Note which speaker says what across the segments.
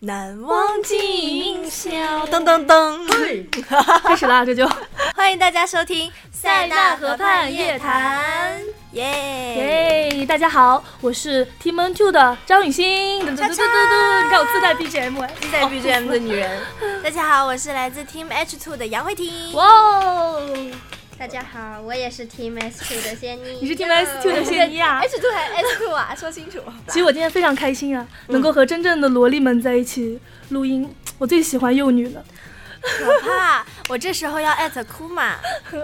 Speaker 1: 难忘今宵。噔噔噔，
Speaker 2: 开始啦，这就
Speaker 1: 欢迎大家收听《
Speaker 3: 塞纳河畔夜谈》，
Speaker 1: 耶！
Speaker 2: 耶！大家好，我是 Team N Two 的张雨欣，嘟嘟嘟嘟嘟，你看我自带 BGM 哎，
Speaker 1: 自带 BGM 的女人。大家好，我是来自 Team H Two 的杨慧婷。
Speaker 2: 哇哦，
Speaker 3: 大家好，我也是 Team S Two 的仙妮。
Speaker 2: 你是 Team S Two 的仙妮 啊？
Speaker 1: Two 还 H Two 啊，说清楚。
Speaker 2: 其实我今天非常开心啊，能够和真正的萝莉们在一起录音，我最喜欢幼女 了。
Speaker 1: 可怕！我这时候要艾特库玛，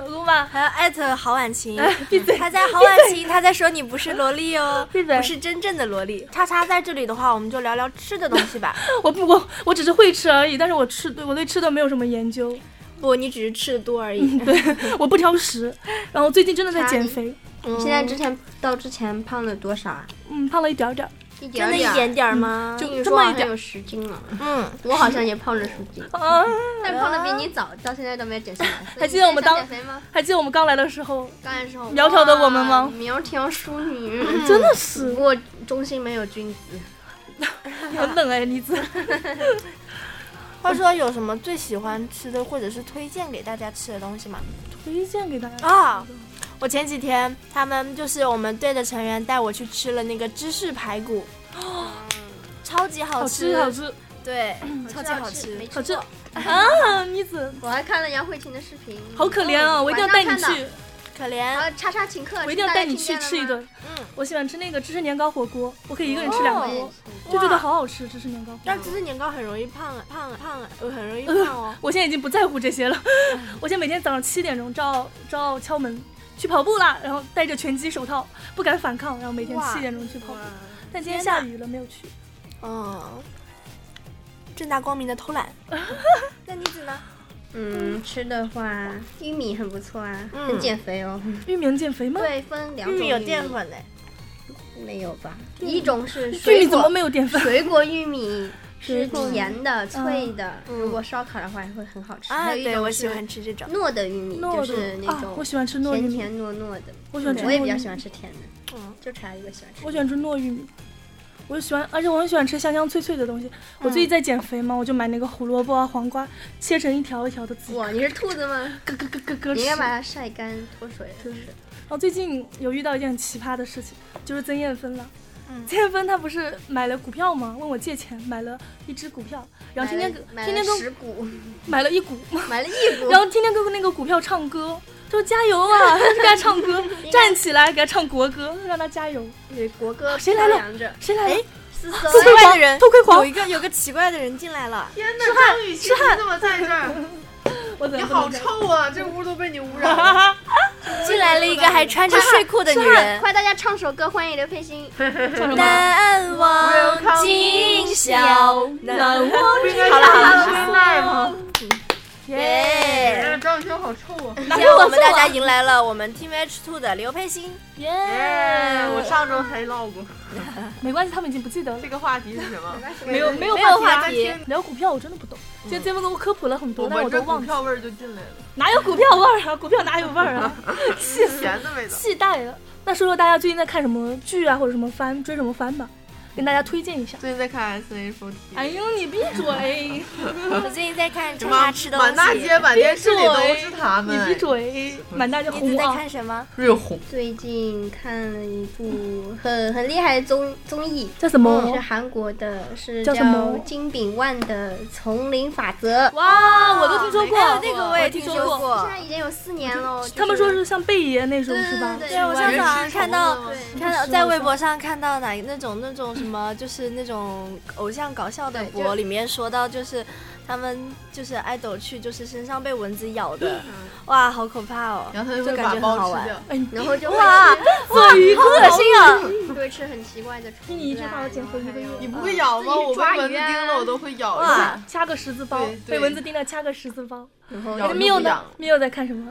Speaker 2: 卢玛，
Speaker 1: 还要艾特郝婉晴。
Speaker 2: 闭嘴！
Speaker 1: 他在郝婉晴，他在说你不是萝莉哦，
Speaker 2: 闭嘴
Speaker 1: 不是真正的萝莉。叉叉在这里的话，我们就聊聊吃的东西 吧。
Speaker 2: 我不我我只是会吃而已，但是我吃对我对吃的没有什么研究，
Speaker 1: 不，你只是吃的多而已。
Speaker 2: 我不挑食。然后最近真的在
Speaker 3: 查
Speaker 2: 减
Speaker 3: 理
Speaker 2: 肥，
Speaker 1: 嗯
Speaker 3: 现
Speaker 2: 哦
Speaker 3: 在之前到之前胖了多少啊？
Speaker 2: 嗯，胖了一点儿点儿。
Speaker 3: 一
Speaker 1: 真的一点点儿嗯吗？
Speaker 2: 就
Speaker 3: 就
Speaker 2: 这
Speaker 3: 这
Speaker 2: 么
Speaker 3: 么
Speaker 2: 一
Speaker 3: 一
Speaker 2: 点
Speaker 3: 点有十斤了。
Speaker 1: 嗯，
Speaker 3: 我好像也胖了十斤，
Speaker 2: 啊，
Speaker 3: 但胖的比你早，到现在都没有减 下来。
Speaker 2: 还记得我们当
Speaker 3: 所以你在减肥吗？
Speaker 2: 还记得我们刚来的时候，
Speaker 3: 刚才说
Speaker 2: 苗条的我们吗嗯
Speaker 3: 哇苗条淑 女，
Speaker 2: 真的
Speaker 3: 不
Speaker 2: 是
Speaker 3: 过中心没有君子。
Speaker 2: 很冷哎，妮子。
Speaker 1: 话说有什么最喜欢吃的，或者是推荐给大家吃的东西吗？
Speaker 2: 推荐给大家
Speaker 1: 啊，我前几天他们就是我们队的成员带我去吃了那个芝士排骨，
Speaker 2: 嗯
Speaker 1: 超级哦好
Speaker 2: 好吃好，吃
Speaker 1: 对， 超级
Speaker 3: 嗯好
Speaker 1: 好
Speaker 3: 吃
Speaker 1: 吃
Speaker 3: 没。
Speaker 2: 好
Speaker 3: 吃
Speaker 2: 吃
Speaker 3: 过。
Speaker 2: 啊！ 妮子
Speaker 3: 我还看了杨慧琴的视频，
Speaker 2: 好可怜啊，
Speaker 3: 哦
Speaker 2: 我一定要带你。
Speaker 3: 晚上看
Speaker 2: 去
Speaker 3: 的，
Speaker 1: 可
Speaker 3: 然
Speaker 1: 怜，
Speaker 3: 后叉叉请客，
Speaker 2: 我一定要
Speaker 3: 大家
Speaker 2: 带你
Speaker 3: 听
Speaker 2: 去
Speaker 3: 见了
Speaker 2: 吃一
Speaker 3: 吗。
Speaker 2: 顿。
Speaker 1: 嗯，
Speaker 2: 我喜欢吃那个芝士年糕火锅，我可以一个人吃两
Speaker 1: 哦
Speaker 2: 锅，
Speaker 3: 我
Speaker 2: 就觉得好好吃芝士年糕火锅。
Speaker 1: 但芝士年糕很容易胖 啊，胖啊，胖啊，呃很容易胖哦。
Speaker 2: 我现在已经不在乎这些了，
Speaker 3: 嗯
Speaker 2: 我现在每天早上七点钟照照敲门去跑步啦，然后戴着拳击手套，不敢反抗，然后每天
Speaker 1: 哇
Speaker 2: 七点钟去跑步。但今天
Speaker 1: 天哪
Speaker 2: 下雨了，没有去。
Speaker 1: 嗯，正大光明的偷懒。 那妮子呢？
Speaker 3: 嗯，吃的话，玉米很不错啊，
Speaker 1: 嗯
Speaker 3: 很减肥哦。
Speaker 2: 玉米能减肥吗？
Speaker 3: 对，分两
Speaker 1: 玉
Speaker 3: 种
Speaker 1: 米有淀粉嘞，
Speaker 3: 玉米，没有吧？一种是
Speaker 2: 玉米
Speaker 3: 水
Speaker 2: 怎么
Speaker 3: 果，
Speaker 2: 没有淀粉？
Speaker 3: 水果玉米
Speaker 2: 水
Speaker 3: 是
Speaker 2: 果
Speaker 3: 甜的、脆的，
Speaker 1: 嗯
Speaker 3: 如果烧烤的话会很好吃。
Speaker 1: 啊，
Speaker 3: 还有一
Speaker 1: 对，
Speaker 3: 种
Speaker 1: 我喜
Speaker 3: 是
Speaker 1: 欢吃这种。
Speaker 3: 糯的玉米，
Speaker 2: 糯
Speaker 3: 就是
Speaker 2: 的
Speaker 3: 那
Speaker 2: 啊，我
Speaker 3: 种
Speaker 2: 喜欢吃糯玉
Speaker 3: 甜
Speaker 2: 米，
Speaker 3: 甜糯糯的。
Speaker 2: 我喜欢吃
Speaker 3: 我也
Speaker 2: 糯
Speaker 3: 比较
Speaker 2: 玉
Speaker 3: 喜
Speaker 2: 米
Speaker 3: 欢吃甜的，
Speaker 1: 嗯，
Speaker 3: 就查一个喜欢吃。
Speaker 2: 我喜欢吃糯玉米，我就喜欢，而且我很喜欢吃香香脆脆的东西。我
Speaker 3: 嗯
Speaker 2: 最近在减肥嘛，我就买那个胡萝卜啊、黄瓜，切成一条一条的，自己
Speaker 3: 哇，你是兔子吗？
Speaker 2: 咯咯咯咯咯
Speaker 3: 你
Speaker 2: 吃。
Speaker 3: 应该把
Speaker 2: 然
Speaker 3: 它晒干脱水了
Speaker 2: 对
Speaker 3: 吃。
Speaker 2: 后最近有遇到一件很奇葩的事情，就是曾艳芬了。
Speaker 1: 嗯
Speaker 2: 曾艳芬她不是买了股票吗？问我借钱，买了一只股票，然后啊天天跟
Speaker 3: 买
Speaker 2: 天
Speaker 3: 了
Speaker 2: 天
Speaker 3: 十
Speaker 2: 跟
Speaker 3: 股，
Speaker 2: 买了一股，
Speaker 3: 买了一 股，
Speaker 2: 然后天天跟那个股票唱歌，她说加油啊，给她唱 歌，站起来给她唱国歌，让她加油。
Speaker 3: 国歌
Speaker 2: 谁来了
Speaker 3: 飘扬着？
Speaker 2: 谁来了？
Speaker 3: 思
Speaker 1: 偷
Speaker 3: 思
Speaker 1: 窥狂的人，
Speaker 2: 偷窥狂
Speaker 1: 嗯有一个有个奇怪的人进来 了。
Speaker 4: 天哪，张雨欣，你怎么在这儿？
Speaker 2: 我怎
Speaker 4: 你
Speaker 2: 么不
Speaker 4: 好
Speaker 2: 能这样
Speaker 4: 臭啊！这屋都被你污染了。
Speaker 1: 进来了一个还穿着睡裤的女人。
Speaker 3: 快大家唱首歌欢迎刘佩欣。
Speaker 2: 唱 什么？
Speaker 1: 难忘今宵，难忘
Speaker 4: 不应该
Speaker 1: 好了好了
Speaker 4: 张雨欣那儿
Speaker 2: 哦
Speaker 4: 吗？
Speaker 1: 耶！
Speaker 4: 哎张雨欣好臭啊！
Speaker 1: 今天我们大家迎来了我们 Team H Two 的刘佩 欣，
Speaker 2: 耶！
Speaker 4: 哎，我上周才唠过
Speaker 2: 没关系，他们已经不记得了
Speaker 4: 这。个话题是什么？
Speaker 2: 没有没有
Speaker 1: 没有
Speaker 2: 话
Speaker 1: 话
Speaker 2: 题
Speaker 1: 题
Speaker 2: 啊。聊股票我真的不懂，今天节目给我科普了很
Speaker 4: 我
Speaker 2: 多，但是
Speaker 4: 闻
Speaker 2: 我
Speaker 4: 着
Speaker 2: 都
Speaker 4: 股
Speaker 2: 忘记了。
Speaker 4: 票味儿就进来了，
Speaker 2: 哪有股票味儿啊？股票哪有味儿啊？气死了，
Speaker 4: 咸的味道。
Speaker 2: 气带了。那说说大家最近在看什么剧啊，或者什么番，追什么番吧，跟大家推荐一下。
Speaker 4: 最近在看 S H O T，
Speaker 2: 哎呦，你闭嘴！
Speaker 1: 我最近在看
Speaker 4: 什
Speaker 1: 叉
Speaker 4: 么
Speaker 1: 叉吃东西，
Speaker 4: 满大街满电视里都是他们。
Speaker 2: 你闭嘴！满大街
Speaker 1: 你一直
Speaker 2: 红
Speaker 1: 在
Speaker 2: 啊！
Speaker 1: 看什么？
Speaker 4: 瑞红，
Speaker 3: 最近看了一部很很厉害的综综艺，嗯
Speaker 2: 叫什
Speaker 3: 是
Speaker 2: 么？
Speaker 3: 韩国的，是
Speaker 2: 叫什么
Speaker 3: 金炳万的《丛林法则》。
Speaker 2: 哇，我都听说过
Speaker 1: 哎，那个我也
Speaker 2: 听
Speaker 1: 听
Speaker 2: 说
Speaker 1: 说
Speaker 2: 过。
Speaker 3: 现
Speaker 1: 过。
Speaker 3: 在已经有四年了，
Speaker 2: 他们说
Speaker 3: 就是
Speaker 2: 像贝爷那种
Speaker 3: 对
Speaker 2: 是吧？
Speaker 3: 对
Speaker 1: 对，我上次好像看到
Speaker 4: 对
Speaker 1: 看到在微博上看到哪那种那种什么，就是那种偶像搞笑的
Speaker 3: 对
Speaker 1: 博
Speaker 3: 就
Speaker 1: 里面说到，就是他们就是爱豆去，就是身上被蚊子咬的，哇，好可怕哦！
Speaker 4: 然后他就
Speaker 1: 就
Speaker 4: 会
Speaker 1: 感
Speaker 4: 把
Speaker 1: 觉很好
Speaker 4: 包
Speaker 1: 玩
Speaker 4: 吃。掉。
Speaker 2: 哎，你
Speaker 3: 然后就会
Speaker 1: 哇，
Speaker 2: 做鱼
Speaker 1: 好恶心啊！
Speaker 3: 吃就会吃很奇怪的虫子啊。
Speaker 2: 听你一句话我减肥一个月
Speaker 3: 然后还有
Speaker 4: 你不会咬吗？
Speaker 3: 自己
Speaker 4: 我被
Speaker 3: 抓
Speaker 4: 蚊子
Speaker 3: 鱼啊
Speaker 4: 叮了，我都会咬。
Speaker 1: 哇
Speaker 2: 掐个十字包
Speaker 4: 对，
Speaker 2: 被
Speaker 4: 对
Speaker 2: 蚊子叮了掐个十字包，
Speaker 3: 然后
Speaker 4: 然后
Speaker 2: 没有
Speaker 4: 不
Speaker 2: 呢
Speaker 4: 养？
Speaker 2: 没有在看什么？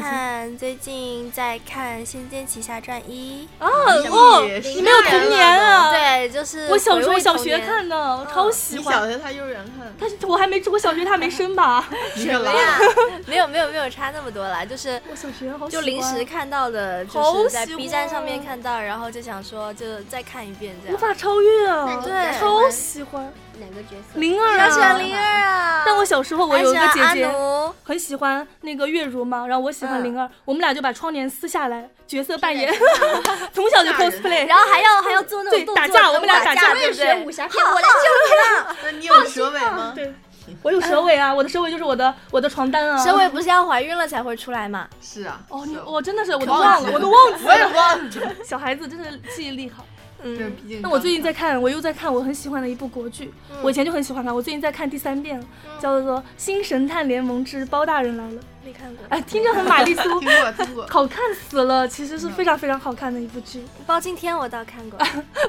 Speaker 1: 看最近在看《仙剑奇侠传一
Speaker 2: 啊
Speaker 4: 哦
Speaker 2: 哦，，
Speaker 4: 你
Speaker 2: 你没有童年啊》，？
Speaker 1: 对，就是
Speaker 2: 我小时
Speaker 1: 回
Speaker 2: 候
Speaker 1: 味
Speaker 2: 小
Speaker 1: 童
Speaker 2: 学
Speaker 1: 年嗯
Speaker 2: 看的，我超喜
Speaker 4: 你
Speaker 2: 欢。
Speaker 4: 小学他幼儿园看，
Speaker 2: 但是我还没，我小学他没生 吧？
Speaker 4: 你可
Speaker 1: 什么
Speaker 4: 拉
Speaker 1: 呀？没有没有没有差那么多啦，就是
Speaker 2: 我小学好喜
Speaker 1: 就
Speaker 2: 欢
Speaker 1: 临时看到的，就
Speaker 2: 好
Speaker 1: 是在
Speaker 2: 喜
Speaker 1: B 站上面
Speaker 2: 欢
Speaker 1: 看到，然后就想说就再看一遍这
Speaker 2: 无
Speaker 1: 样。
Speaker 2: 法超越
Speaker 3: 那
Speaker 2: 啊
Speaker 3: 你，
Speaker 1: 对
Speaker 3: 喜
Speaker 2: 超
Speaker 3: 欢
Speaker 2: 喜欢
Speaker 3: 哪个角色？
Speaker 2: 灵儿
Speaker 1: 他喜
Speaker 2: 啊
Speaker 1: 欢。灵儿啊，
Speaker 2: 但我小时候我
Speaker 1: 还
Speaker 2: 有一
Speaker 1: 喜
Speaker 2: 个
Speaker 1: 欢
Speaker 2: 姐
Speaker 1: 阿
Speaker 2: 姐，
Speaker 1: 奴，
Speaker 2: 很喜欢那个月如嘛，然后我喜欢
Speaker 1: 嗯
Speaker 2: 灵儿，我们俩就把窗帘撕下来，角色扮演， 从小就
Speaker 4: 吓人
Speaker 2: cosplay，
Speaker 1: 然后还要还要做那种
Speaker 2: 对
Speaker 1: 动作，
Speaker 2: 打架
Speaker 1: 跟
Speaker 2: 我们俩打架
Speaker 1: 对不
Speaker 3: 学
Speaker 1: 对
Speaker 3: 武？侠片，我来 救
Speaker 4: 那你有蛇尾吗？
Speaker 2: 对，我有蛇尾啊，我的蛇尾就是我的我的床单啊，
Speaker 1: 蛇尾不是要怀孕了才会出来嘛？
Speaker 4: 是啊。
Speaker 2: 哦，
Speaker 4: 是
Speaker 2: 你
Speaker 4: 啊
Speaker 2: 我真的是我都
Speaker 4: 忘
Speaker 2: 忘
Speaker 4: 记
Speaker 2: 了，
Speaker 4: 了
Speaker 2: 我都忘记
Speaker 4: 我也
Speaker 2: 了，
Speaker 4: 忘了。
Speaker 2: 小孩子真的记忆力好。
Speaker 4: 这
Speaker 1: 嗯，
Speaker 4: 毕竟
Speaker 2: 那我最近在看，我又在看我很喜欢的一部国剧，
Speaker 3: 嗯
Speaker 2: 我以前就很喜欢看，我最近在看第三遍了，叫做《新神探联盟之包大人来了》。
Speaker 1: 没看过。
Speaker 2: 哎，听着很玛丽苏
Speaker 4: 听，过 听过，
Speaker 2: 好看死了，其实是非常非常好看的一部剧，
Speaker 1: 包青天我倒 看过，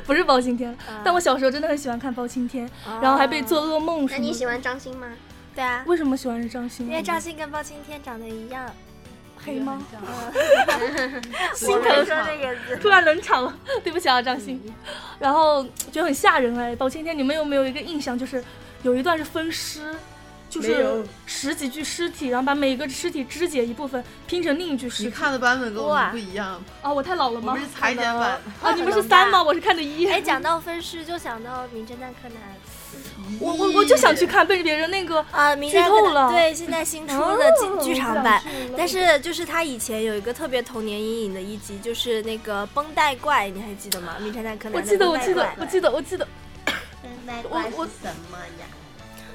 Speaker 2: 不是包青天
Speaker 3: 嗯
Speaker 1: 啊，
Speaker 2: 但我小时候真的很喜欢看包青天，
Speaker 1: 哦
Speaker 2: 然后还被做噩梦什么的。
Speaker 3: 那你喜欢张欣吗？
Speaker 1: 对啊，
Speaker 2: 为什么喜欢张欣？
Speaker 1: 因为赵信跟包青天长得一样。
Speaker 2: 黑吗？
Speaker 4: 心
Speaker 1: 疼
Speaker 4: 说
Speaker 1: 这
Speaker 4: 个
Speaker 2: 突然冷场了，对不起啊，张欣。然后觉得很吓人哎，包青天，你们有没有一个印象，就是有一段是分尸？就
Speaker 4: 没
Speaker 2: 是
Speaker 4: 有
Speaker 2: 十几具尸体，然后把每个尸体肢解一部分拼成另一具尸
Speaker 4: 你
Speaker 2: 体。
Speaker 4: 看的版本跟我
Speaker 1: 哇
Speaker 4: 们不一样，
Speaker 2: 啊，我太老了
Speaker 4: 我
Speaker 2: 吗
Speaker 4: 们是？裁剪版。
Speaker 2: 啊，你们是三 吗？我是看的一。
Speaker 1: 哎，讲到分尸就想到《名侦探柯南》
Speaker 2: 我我我就想去看，被别人那个
Speaker 1: 啊，名
Speaker 2: 剧
Speaker 1: 侦探
Speaker 2: 透
Speaker 1: 柯南
Speaker 2: 了哦
Speaker 1: 对，现在新出的剧剧场版。，但是就是他以前有一个特别童年阴影的一集，就是那个绷带怪，你还记得吗？名侦探柯南
Speaker 2: 我
Speaker 1: 的
Speaker 2: 记得我
Speaker 1: 绷带
Speaker 2: 记得
Speaker 1: 怪
Speaker 2: 我记得我记得，
Speaker 3: 我
Speaker 2: 我
Speaker 3: 什么呀？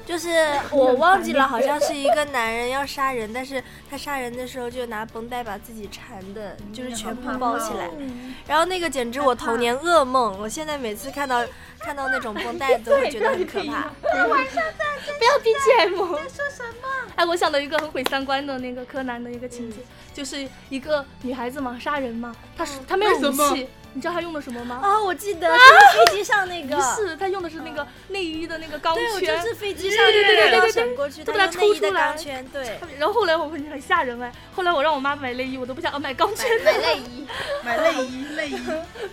Speaker 1: 就是我忘记了，好像是一个男人要杀人，但是他杀人的时候就拿绷带把自己缠的，就是全部包起来。然后那个简直我童年噩梦，我现在每次看到看到那种绷带都会觉得很可怕。
Speaker 3: 嗯
Speaker 2: 不要 BGM。在说什么？哎，我想到一个很毁三观的那个柯南的一个情节，就是一个女孩子嘛，杀人嘛，她是她没有
Speaker 4: 为
Speaker 2: 武
Speaker 4: 什么
Speaker 2: 器，你知道她用的什么吗？
Speaker 1: 啊，我记得就是飞机上那个，
Speaker 2: 不是，她用的是那个内衣的那个钢
Speaker 1: 对，我就
Speaker 2: 圈。
Speaker 1: 是飞机上那个
Speaker 2: 对对对对对对
Speaker 1: 闪过去，
Speaker 2: 都
Speaker 1: 他
Speaker 2: 把它
Speaker 1: 用内
Speaker 2: 抽
Speaker 1: 衣
Speaker 2: 出
Speaker 1: 的
Speaker 2: 来
Speaker 1: 钢圈，对，
Speaker 2: 然后后来我很很吓人哎，后来我让我妈买内衣，我都不想要哦买钢圈的。
Speaker 3: 买内衣，
Speaker 4: 买内衣内衣，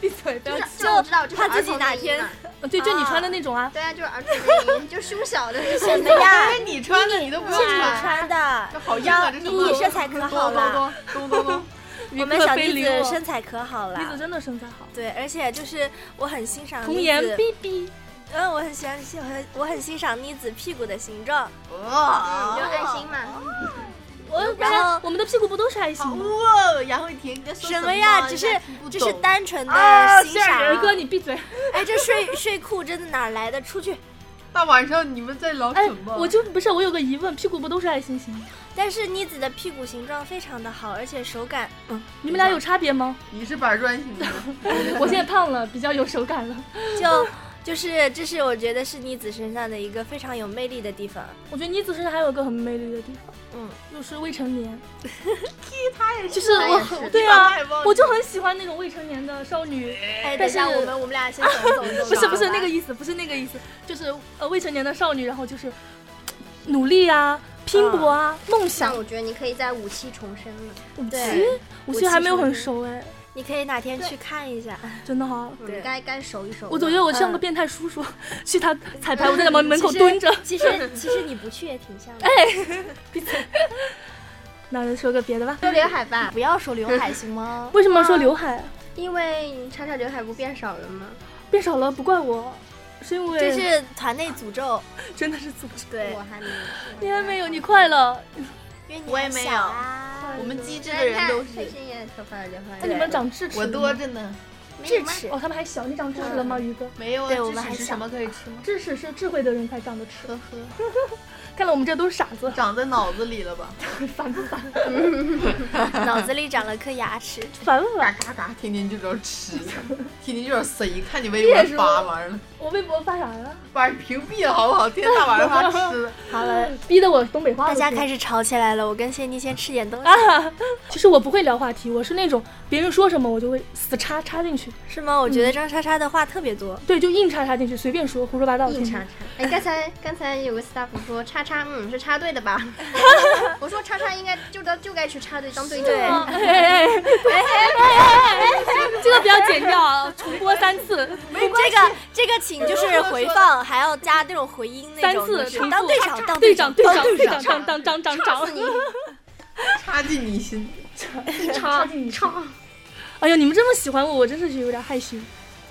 Speaker 2: 闭嘴，不要
Speaker 3: 就是就我知道，就是
Speaker 1: 怕自己
Speaker 3: 儿童
Speaker 1: 哪
Speaker 3: 内衣
Speaker 1: 天
Speaker 3: 嘛
Speaker 2: 对，就你穿的那种啊，
Speaker 3: 对啊，就是儿童内衣，就胸小的那
Speaker 1: 什
Speaker 3: 种
Speaker 1: 么呀？
Speaker 4: 哎，你穿的你都不用
Speaker 1: 是你
Speaker 4: 穿，
Speaker 1: 穿的，
Speaker 4: 这好硬啊！这
Speaker 1: 你你身材可好了，
Speaker 4: 咚咚咚咚
Speaker 1: 我
Speaker 2: 我
Speaker 1: 们小
Speaker 2: 飞
Speaker 1: 栗
Speaker 2: 离
Speaker 1: 子
Speaker 2: 我
Speaker 1: 身材可好
Speaker 2: 栗哦子
Speaker 1: 了。
Speaker 2: 真的身材好，
Speaker 1: 对，而且就是我很欣赏
Speaker 2: 童
Speaker 1: 妮
Speaker 2: 颜
Speaker 1: 子，
Speaker 2: B B。
Speaker 1: 嗯，我很喜欢，我很我很欣赏妮子屁股的形状。
Speaker 4: 咚，
Speaker 3: 就
Speaker 4: 哇
Speaker 3: 爱心嘛。
Speaker 2: 我又不是
Speaker 1: 然后
Speaker 2: 我们的屁股不都是爱心吗？
Speaker 4: 哇！杨慧婷，你在说
Speaker 1: 什
Speaker 4: 么
Speaker 1: 么呀？只是只是单纯
Speaker 2: 哦
Speaker 1: 的欣赏。
Speaker 2: 啊
Speaker 1: 啊
Speaker 2: 哥，你闭嘴！
Speaker 1: 哎，这睡 睡裤真的哪来的？出去！
Speaker 4: 大晚上你们在聊
Speaker 2: 哎
Speaker 4: 什，么？
Speaker 2: 我就不是我有个疑问，屁股不都是爱心型吗？
Speaker 1: 但是妮子的屁股形状非常的好，而且手感，嗯，
Speaker 2: 你们俩有差别 吗？
Speaker 4: 你是板砖 型的，
Speaker 2: 我现在胖了，比较有手感了。
Speaker 1: 就就是这是我觉得是妮子身上的一个非常有魅力的地方。
Speaker 2: 我觉得妮子身上还有一个很魅力的地方，
Speaker 1: 嗯，
Speaker 2: 就是未成 年。
Speaker 4: 他也
Speaker 2: 就是我
Speaker 3: 她也是
Speaker 2: 很对
Speaker 4: 你把
Speaker 2: 啊
Speaker 4: 她也忘，了
Speaker 2: 我就很喜欢那种未成年的少女。
Speaker 1: 哎，
Speaker 2: 但
Speaker 1: 等一
Speaker 2: 是
Speaker 1: 下，我们我们俩先走走走。
Speaker 2: 不是不是
Speaker 1: 好吧
Speaker 2: 那个意思，不是那个意思，就是呃未成年的少女，然后就是努力啊。拼搏啊，梦
Speaker 3: 但
Speaker 2: 想。
Speaker 3: 我觉得你可以在五期重生了，
Speaker 2: 五期
Speaker 1: 对，
Speaker 2: 五
Speaker 1: 五
Speaker 2: 期
Speaker 1: 期
Speaker 2: 还没有
Speaker 1: 是
Speaker 2: 很熟哎，
Speaker 1: 你可以哪天去看一下。
Speaker 2: 真的哈。
Speaker 3: 我
Speaker 1: 对
Speaker 3: 们该该熟一熟了。
Speaker 2: 我总觉得我像个
Speaker 1: 嗯
Speaker 2: 变态叔叔，去他彩排，我在门门口蹲 着。哎
Speaker 1: 其实其实你不去也挺像的。
Speaker 2: 那就说个别的吧。嗯
Speaker 3: 留刘海吧，
Speaker 1: 不要说刘海行 吗？
Speaker 2: 为什么说刘海
Speaker 3: 因为你叉叉刘海不变少了吗？
Speaker 2: 变少了？不怪我，是因为
Speaker 1: 这是团内诅咒，
Speaker 2: 真的是组织。
Speaker 1: 对
Speaker 3: 我，还没
Speaker 2: 你还没有，你快了。
Speaker 1: 因为你
Speaker 4: 我也
Speaker 1: 还
Speaker 4: 没
Speaker 1: 小
Speaker 4: 有
Speaker 1: 啊
Speaker 4: 我们机智
Speaker 3: 这
Speaker 4: 的人都
Speaker 3: 佩
Speaker 4: 是，
Speaker 3: 欣也头发刘海，
Speaker 2: 那你们长智齿
Speaker 4: 我
Speaker 2: 了吗
Speaker 4: 多着呢，
Speaker 1: 智齿。
Speaker 2: 哦，他们还小。你长智齿了吗，宇哥？
Speaker 4: 没有啊。
Speaker 1: 对我
Speaker 4: 智
Speaker 1: 们
Speaker 4: 齿
Speaker 1: 还
Speaker 4: 是
Speaker 1: 小
Speaker 4: 什么可以吃吗？
Speaker 2: 智齿是智慧的人才长的齿。
Speaker 4: 呵呵，
Speaker 2: 看来我们这都是傻 子，
Speaker 4: 长在脑子里了吧？
Speaker 2: 烦不烦？
Speaker 1: 脑子里长了颗牙 齿。
Speaker 2: 烦不
Speaker 4: 嘎
Speaker 2: 烦？
Speaker 4: 嘎嘎，天天就知道吃，天天就知道塞，看你微博发完了，
Speaker 2: 我微博发啥了？
Speaker 4: 把人屏蔽了好不好？天天大晚上发吃的，
Speaker 1: 好了，
Speaker 2: 逼得我东北话
Speaker 1: 大
Speaker 2: 都
Speaker 1: 家
Speaker 2: 出
Speaker 1: 开始吵起来了。我跟仙妮先吃点东西。
Speaker 2: 啊！其实我不会聊话题，我是那种别人说什么我就会死插插进去，去。
Speaker 1: 是吗？我觉得张莎莎的话特别多，
Speaker 2: 对，就硬插插进去，随便说，胡说八道。
Speaker 3: 硬
Speaker 2: 听听
Speaker 3: 叉叉。哎，刚才刚才有个 staff 说叉叉，嗯，是插队的吧？我说叉叉应该就该就该去插队当队
Speaker 1: 对
Speaker 3: 长。
Speaker 2: 哎哎哎哎哎！这个不要剪掉啊，重播三次。
Speaker 1: 这个这个请就是回放，还要加那种回音那
Speaker 2: 三
Speaker 1: 种，
Speaker 2: 次
Speaker 1: 就是
Speaker 2: 重复
Speaker 1: 当队长，当
Speaker 2: 队
Speaker 1: 长，
Speaker 2: 长，
Speaker 1: 当
Speaker 2: 队长，
Speaker 1: 队
Speaker 2: 队长，当当当当当。
Speaker 4: 插进你心。
Speaker 3: 插插，
Speaker 2: 哎呀，你们这么喜欢我，我真是有点害羞，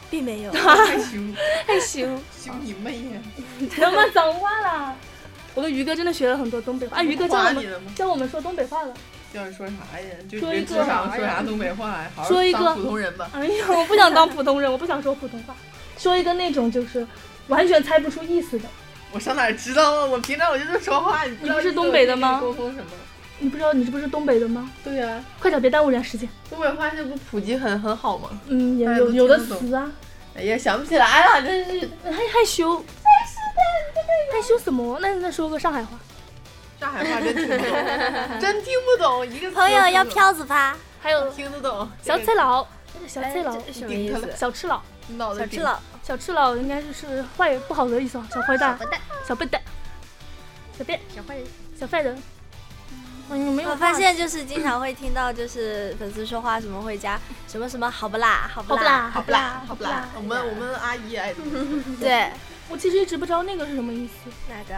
Speaker 1: 并没有。
Speaker 4: 太凶，
Speaker 2: 害羞。
Speaker 4: 凶你妹呀！
Speaker 2: 什么脏话啦？ 我跟于哥真的学了很多东北话。啊，于哥教我
Speaker 4: 夸你
Speaker 2: 们
Speaker 4: 了吗？
Speaker 2: 教我们说东北话了。
Speaker 4: 叫你说啥呀？就
Speaker 2: 说一
Speaker 4: 别
Speaker 2: 个
Speaker 4: 说啥说啥东北话呀，好好
Speaker 2: 说一个
Speaker 4: 当普通人吧。
Speaker 2: 哎呀， 我不想当普通人，我不想说普通话，说一个那种就是完全猜不出意思的。
Speaker 4: 我上哪儿知道啊？我平常我就这么说话，你知
Speaker 2: 你
Speaker 4: 道
Speaker 2: 不是东北的吗
Speaker 4: 沟通什么？
Speaker 2: 你不知道你这不是东北的吗？
Speaker 4: 对呀、啊，
Speaker 2: 快点，别耽误人家时间。
Speaker 4: 东北话这不普及很很好吗？
Speaker 2: 嗯，也
Speaker 4: 哎
Speaker 2: 有
Speaker 4: 我
Speaker 2: 有的
Speaker 4: 听不懂
Speaker 2: 词啊，
Speaker 4: 哎呀，想不起来了，真是
Speaker 2: 害害羞。害羞什么？那你再说个上海话。
Speaker 4: 上海话真听不 懂，真听不懂一个词
Speaker 1: 朋友要
Speaker 4: 都
Speaker 1: 飘子吧？
Speaker 2: 还有
Speaker 4: 听不懂。
Speaker 2: 小赤
Speaker 4: 这个
Speaker 2: 佬，小赤佬，
Speaker 1: 这什么意思？
Speaker 2: 小赤佬，
Speaker 4: 脑子
Speaker 1: 小
Speaker 4: 顶
Speaker 1: 智了，
Speaker 2: 小赤佬应该是是坏不好的意思啊，小坏蛋
Speaker 3: 笨，蛋，
Speaker 2: 小笨蛋，小变，
Speaker 3: 小坏人。
Speaker 2: 小坏人。嗯，没有
Speaker 1: 我
Speaker 2: 话
Speaker 1: 发现就是经常会听到，就是粉丝说话什么会加什么什么好不啦，好
Speaker 2: 好
Speaker 1: 不
Speaker 2: 不
Speaker 1: 啦，
Speaker 2: 啦，
Speaker 4: 好不啦，好不啦，我们我们阿姨爱哎怎么说
Speaker 1: 对，
Speaker 2: 我其实一直不知道那个是什么意思
Speaker 1: 哪个？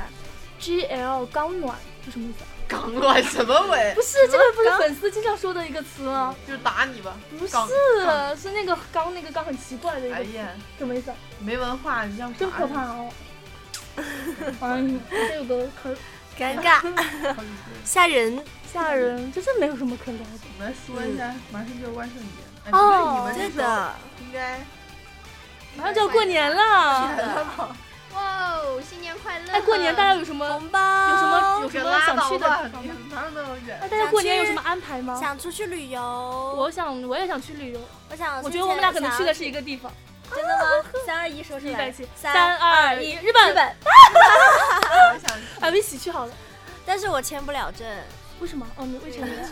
Speaker 2: ，GL 刚暖是什么意思啊？
Speaker 4: 刚乱什么 鬼
Speaker 2: 不？是，这个不是粉丝经常说的一个词吗？
Speaker 4: 就是打你吧，
Speaker 2: 不
Speaker 4: 刚
Speaker 2: 是，是那个刚那个刚很奇怪的一
Speaker 4: 哎
Speaker 2: 个，
Speaker 4: 呀，
Speaker 2: 什么意思啊？
Speaker 4: 没文化，你叫啥？
Speaker 2: 真可怕！哦！嗯，这有个可
Speaker 1: 尴尬， 吓人。
Speaker 2: 吓人，这真没有什么可聊的。
Speaker 4: 我们说一下，马上就要万圣节。哎
Speaker 2: 哦
Speaker 4: 不
Speaker 1: 对
Speaker 4: 是你们那时候
Speaker 1: 的，
Speaker 4: 应该呃
Speaker 2: 马上就要过年了，
Speaker 3: 哇哦，新年快乐！
Speaker 2: 哎，过年大家有什么
Speaker 1: 红包
Speaker 2: 有什么有
Speaker 4: 这
Speaker 2: 什么
Speaker 4: 拉
Speaker 2: 想
Speaker 4: 倒
Speaker 2: 去的
Speaker 4: 吧
Speaker 2: 地方
Speaker 4: 你
Speaker 2: 吗？
Speaker 4: 哪有那么远
Speaker 2: 哎，？大家过年有什么安排吗？
Speaker 1: 想出去旅游？
Speaker 2: 我
Speaker 1: 我
Speaker 2: 想，我也想去旅游。
Speaker 1: 我想，
Speaker 2: 我觉得我们俩可能去的是一个地方。
Speaker 1: 真的吗？三二一，说出
Speaker 2: 聚在
Speaker 1: 来
Speaker 2: 一起，。
Speaker 1: 三
Speaker 2: 三二一，日本。哎
Speaker 1: 日本，
Speaker 4: 我想
Speaker 2: 哎，我们一起去好了。
Speaker 1: 但是我签不了证，
Speaker 2: 为什么？哦，你未成年。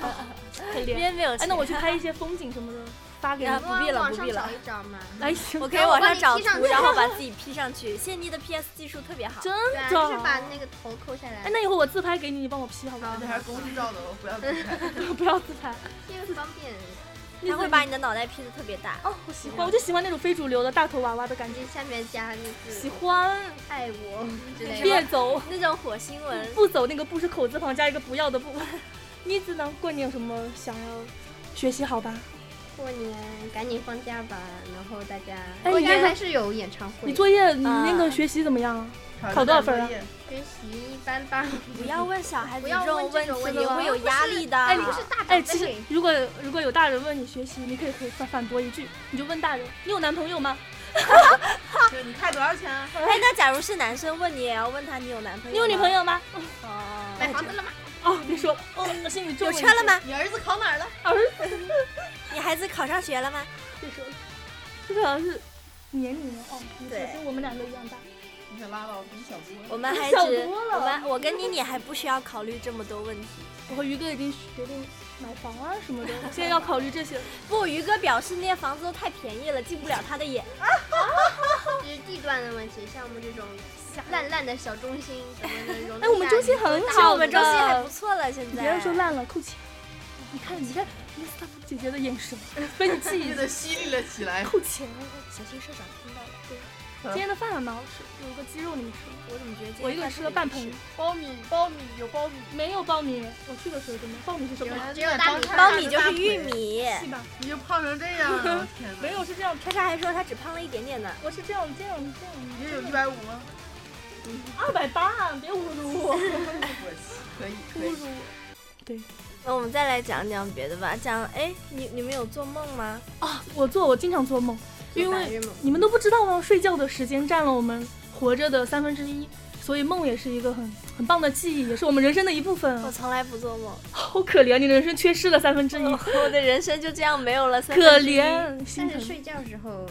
Speaker 2: 可
Speaker 1: 因
Speaker 2: 怜。
Speaker 1: 为没有
Speaker 2: 哎
Speaker 1: 钱。，
Speaker 2: 那我去拍一些风景什么的，发给你
Speaker 1: 啊。不必了
Speaker 3: 网
Speaker 1: 不
Speaker 3: 上
Speaker 1: 必了
Speaker 3: 找一找 嘛。
Speaker 2: 哎行，
Speaker 1: 我可以网上找
Speaker 3: 然后我帮
Speaker 1: 图，然后把
Speaker 3: 你 P 上去
Speaker 1: 自己 P 上去。谢妮的 PS 技术特别好，
Speaker 2: 真
Speaker 3: 对啊，
Speaker 2: 的。
Speaker 3: 就是把那个头抠下来。
Speaker 2: 哎，那以后我自拍给你，你帮我 P 好不好
Speaker 3: 好？
Speaker 4: 这还是公司照的，我不要自
Speaker 3: 嗯
Speaker 4: 拍。
Speaker 2: 不要自拍。
Speaker 3: 因为方便，
Speaker 1: 他会把你的脑袋 P 的特别大。
Speaker 2: 哦，我喜欢，我就喜欢那种非主流的大头娃娃的感觉。
Speaker 3: 这下面加那
Speaker 2: 喜
Speaker 3: 个
Speaker 2: 欢，
Speaker 3: 爱我之类
Speaker 2: 别
Speaker 3: 的。
Speaker 2: 走，
Speaker 1: 那种火星文，
Speaker 2: 不走那个不是口字旁加一个不要的不。 妮子呢？过年有什么想要学习好吧？
Speaker 3: 过年赶紧放假吧，然后大家
Speaker 2: 哎
Speaker 3: 过
Speaker 2: 你
Speaker 3: 年
Speaker 2: 这个
Speaker 3: 还是有演唱会。
Speaker 2: 你作业，你
Speaker 1: 啊
Speaker 2: 那个学习怎么样啊？考
Speaker 4: 考
Speaker 2: 多少分啊
Speaker 3: 学习一 般般，
Speaker 1: 不要问小孩子
Speaker 3: 不
Speaker 1: 这
Speaker 3: 要
Speaker 1: 种
Speaker 3: 问这种
Speaker 1: 问
Speaker 3: 问
Speaker 1: 题，
Speaker 3: 题，
Speaker 1: 会有
Speaker 3: 我
Speaker 1: 压力的。
Speaker 3: 哎，你不是大长辈，
Speaker 2: 哎，其实如果如果有大人问你学习，你可以可以反反驳一句，你就问大人：“你有男朋友吗？
Speaker 4: 就你开多少钱啊？
Speaker 1: 哎，那假如是男生问你，也要问他你有男朋友？
Speaker 2: 你有女朋？友吗
Speaker 1: 哦，
Speaker 3: 买房子了吗？？”
Speaker 2: 哦，别说了，哦，我心里
Speaker 1: 有
Speaker 2: 就
Speaker 1: 车了？吗？
Speaker 4: 你儿子考哪儿了？
Speaker 2: 儿子，
Speaker 1: 你孩子考上学了吗？
Speaker 2: 啊别说了，这个好像是年龄哦，你
Speaker 1: 对
Speaker 2: 跟我们两个一样大。
Speaker 4: 你可拉倒，我比你小多。
Speaker 1: 我们还只
Speaker 2: 想多了
Speaker 1: 我们我跟妮妮还不需要考虑这么多问题。
Speaker 2: 我和于哥已经决定买房啊什 么的，现在要考虑这些了。
Speaker 1: 不，于哥表示那些房子都太便宜了，进不了他的眼。
Speaker 3: 就是地段的问题，像我们这种烂烂的小中心什么的，容
Speaker 2: 哎，我们中心很
Speaker 1: 其实
Speaker 2: 好，
Speaker 1: 我们中心还不。错了，现在。
Speaker 2: 别人说烂了，扣钱。你看，你看，你看姐姐的眼 神，被你气
Speaker 4: 变
Speaker 2: 的
Speaker 4: 得犀利了起来。
Speaker 2: 扣钱。
Speaker 1: 小心社长听到了。
Speaker 2: 今天的饭还蛮好吃，有一个鸡肉你们吃吗？
Speaker 1: 我怎么觉得今天
Speaker 2: 我一个
Speaker 1: 饭
Speaker 2: 人吃
Speaker 1: 特
Speaker 2: 了
Speaker 1: 别
Speaker 2: 半
Speaker 1: 好吃
Speaker 2: 盆。
Speaker 4: 苞米，苞米有苞米，
Speaker 2: 没有苞米，我去的时候就没。苞米是什么？
Speaker 3: 只有大米
Speaker 1: 苞米就是玉，米。
Speaker 2: 是吧？
Speaker 4: 你就胖成这样了，天哪！
Speaker 2: 没有，是这样，
Speaker 1: 莎莎还说她只胖了一点点呢。
Speaker 2: 我是这样这样这样。
Speaker 4: 你也有一百五吗？
Speaker 2: 二百八，别侮辱我，
Speaker 4: 我去，可以可
Speaker 2: 侮辱
Speaker 4: 以。
Speaker 2: 我。
Speaker 1: 那我们再来讲讲别的吧，讲哎，你你们有做梦吗？
Speaker 2: 啊， 我做，我经常做梦，因为
Speaker 3: 为
Speaker 2: 你们都不知道吗？睡觉的时间占了我们活着的三分之一，所以梦也是一个很很棒的记忆，也是我们人生的一部分
Speaker 1: 我
Speaker 2: 啊。
Speaker 1: 从来不做梦，
Speaker 2: 好可怜，你的人生缺失了三分之一，
Speaker 1: 我的人生就这样没有了三分
Speaker 2: 可
Speaker 1: 之一。
Speaker 2: 怜，心
Speaker 3: 但
Speaker 2: 疼
Speaker 3: 是。睡觉时候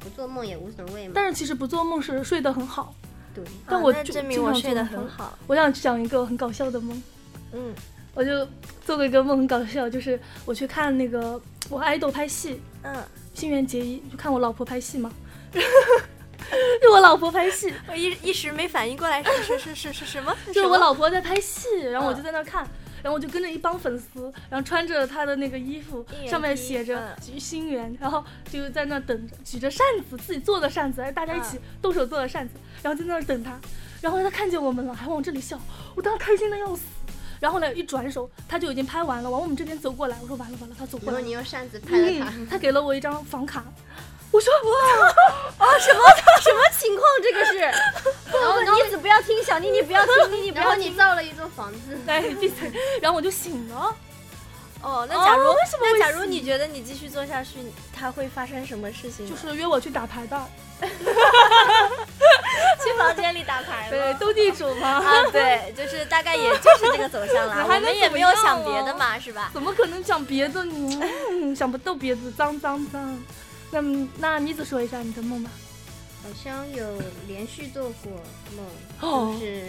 Speaker 3: 不做梦也无所谓嘛。
Speaker 2: 但是其实不做梦是睡得很好。
Speaker 3: 对，
Speaker 1: 啊
Speaker 2: 但我
Speaker 1: 那
Speaker 2: 就
Speaker 1: 证明
Speaker 2: 经
Speaker 1: 我
Speaker 2: 常
Speaker 1: 睡
Speaker 2: 做
Speaker 1: 得
Speaker 2: 梦
Speaker 1: 很好。
Speaker 2: 我想讲一个很搞笑的梦。
Speaker 1: 嗯，
Speaker 2: 我就做过一个梦，很搞笑，就是我去看那个我爱豆拍戏，
Speaker 1: 嗯，
Speaker 2: 新垣结衣，就看我老婆拍戏嘛。 就我老婆拍戏，
Speaker 1: 我一一时没反应过来是是是是是什么？
Speaker 2: 就是我
Speaker 1: 老
Speaker 2: 老婆在拍戏，然后我就在那儿看，然后我就跟着一帮粉丝，然后穿着她的那个衣服
Speaker 1: 应，援
Speaker 2: 上面
Speaker 1: 衣
Speaker 2: 写着
Speaker 1: 嗯
Speaker 2: “菊心园”，然后就在那儿等着，举着扇子，自己做的扇子，哎大家一起动手做的扇子，然后在那儿等他，然后他看见我们了，还往我这里笑，我当时开心的要死。然后呢，一转手他就已经拍完了，往我们这边走过来，我说完了完了，他走
Speaker 3: 然
Speaker 2: 过
Speaker 3: 后
Speaker 2: 来
Speaker 3: 你
Speaker 2: 了，
Speaker 3: 用扇子拍了 他，
Speaker 2: 嗯，他给了我一张房卡，我说哇。
Speaker 1: 什么情况？这个是，然
Speaker 3: 哦
Speaker 1: 后妮子不要听，小妮妮不要听，妮妮不
Speaker 3: 然后
Speaker 1: 要
Speaker 3: 你
Speaker 1: 听。
Speaker 3: 造了一座房子，
Speaker 2: 哎，闭嘴！然后我就醒了，
Speaker 1: 哦，那假如、
Speaker 2: 哦为什么
Speaker 1: 那
Speaker 2: 会
Speaker 1: 假如
Speaker 2: 死
Speaker 1: 你觉得你继续做下去，它会发生什么事情呢？
Speaker 2: 就是约我去打牌吧。
Speaker 1: 去房间里打牌
Speaker 2: 对，
Speaker 1: 吗？
Speaker 2: 斗地主嘛，
Speaker 1: 啊，对，就是大概也就是这个走向
Speaker 2: 你
Speaker 1: 啦。我
Speaker 2: 还能
Speaker 1: 们也
Speaker 2: 怎么
Speaker 1: 没有
Speaker 2: 样
Speaker 1: 想
Speaker 2: 哦
Speaker 1: 别的嘛，是吧？
Speaker 2: 怎么可能讲别的呢？嗯 想不到别的，脏脏脏。那么那妮子说一下你的梦吧。
Speaker 3: 好像有连续做过梦，
Speaker 2: 哦
Speaker 3: 就是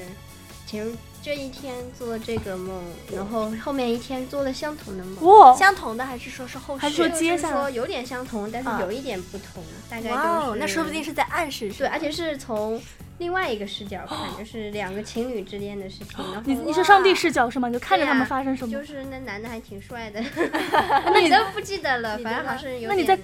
Speaker 3: 前这一天做这个梦，然后后面一天做了相同的梦。
Speaker 2: 哇，
Speaker 1: 相同的还是说是后续？
Speaker 2: 哦还是说接下
Speaker 3: 就是说
Speaker 2: 来
Speaker 3: 有点相同，但是
Speaker 1: 啊
Speaker 3: 有一点不同，大概
Speaker 1: 哇
Speaker 3: 就
Speaker 1: 哦
Speaker 3: 是，
Speaker 1: 那说不定是在暗示什
Speaker 3: 对，
Speaker 1: 么。
Speaker 3: 而且是从另外一个视角看，就是两个情侣之间的事情，然
Speaker 2: 哦你
Speaker 3: 后
Speaker 2: 你是上帝视角是吗？你就看着他
Speaker 3: 对
Speaker 2: 们
Speaker 3: 啊
Speaker 2: 发生什么啊
Speaker 3: 就？是那男的还挺帅 的，那你都不记得了，反正好像有
Speaker 2: 那你
Speaker 3: 点
Speaker 2: 在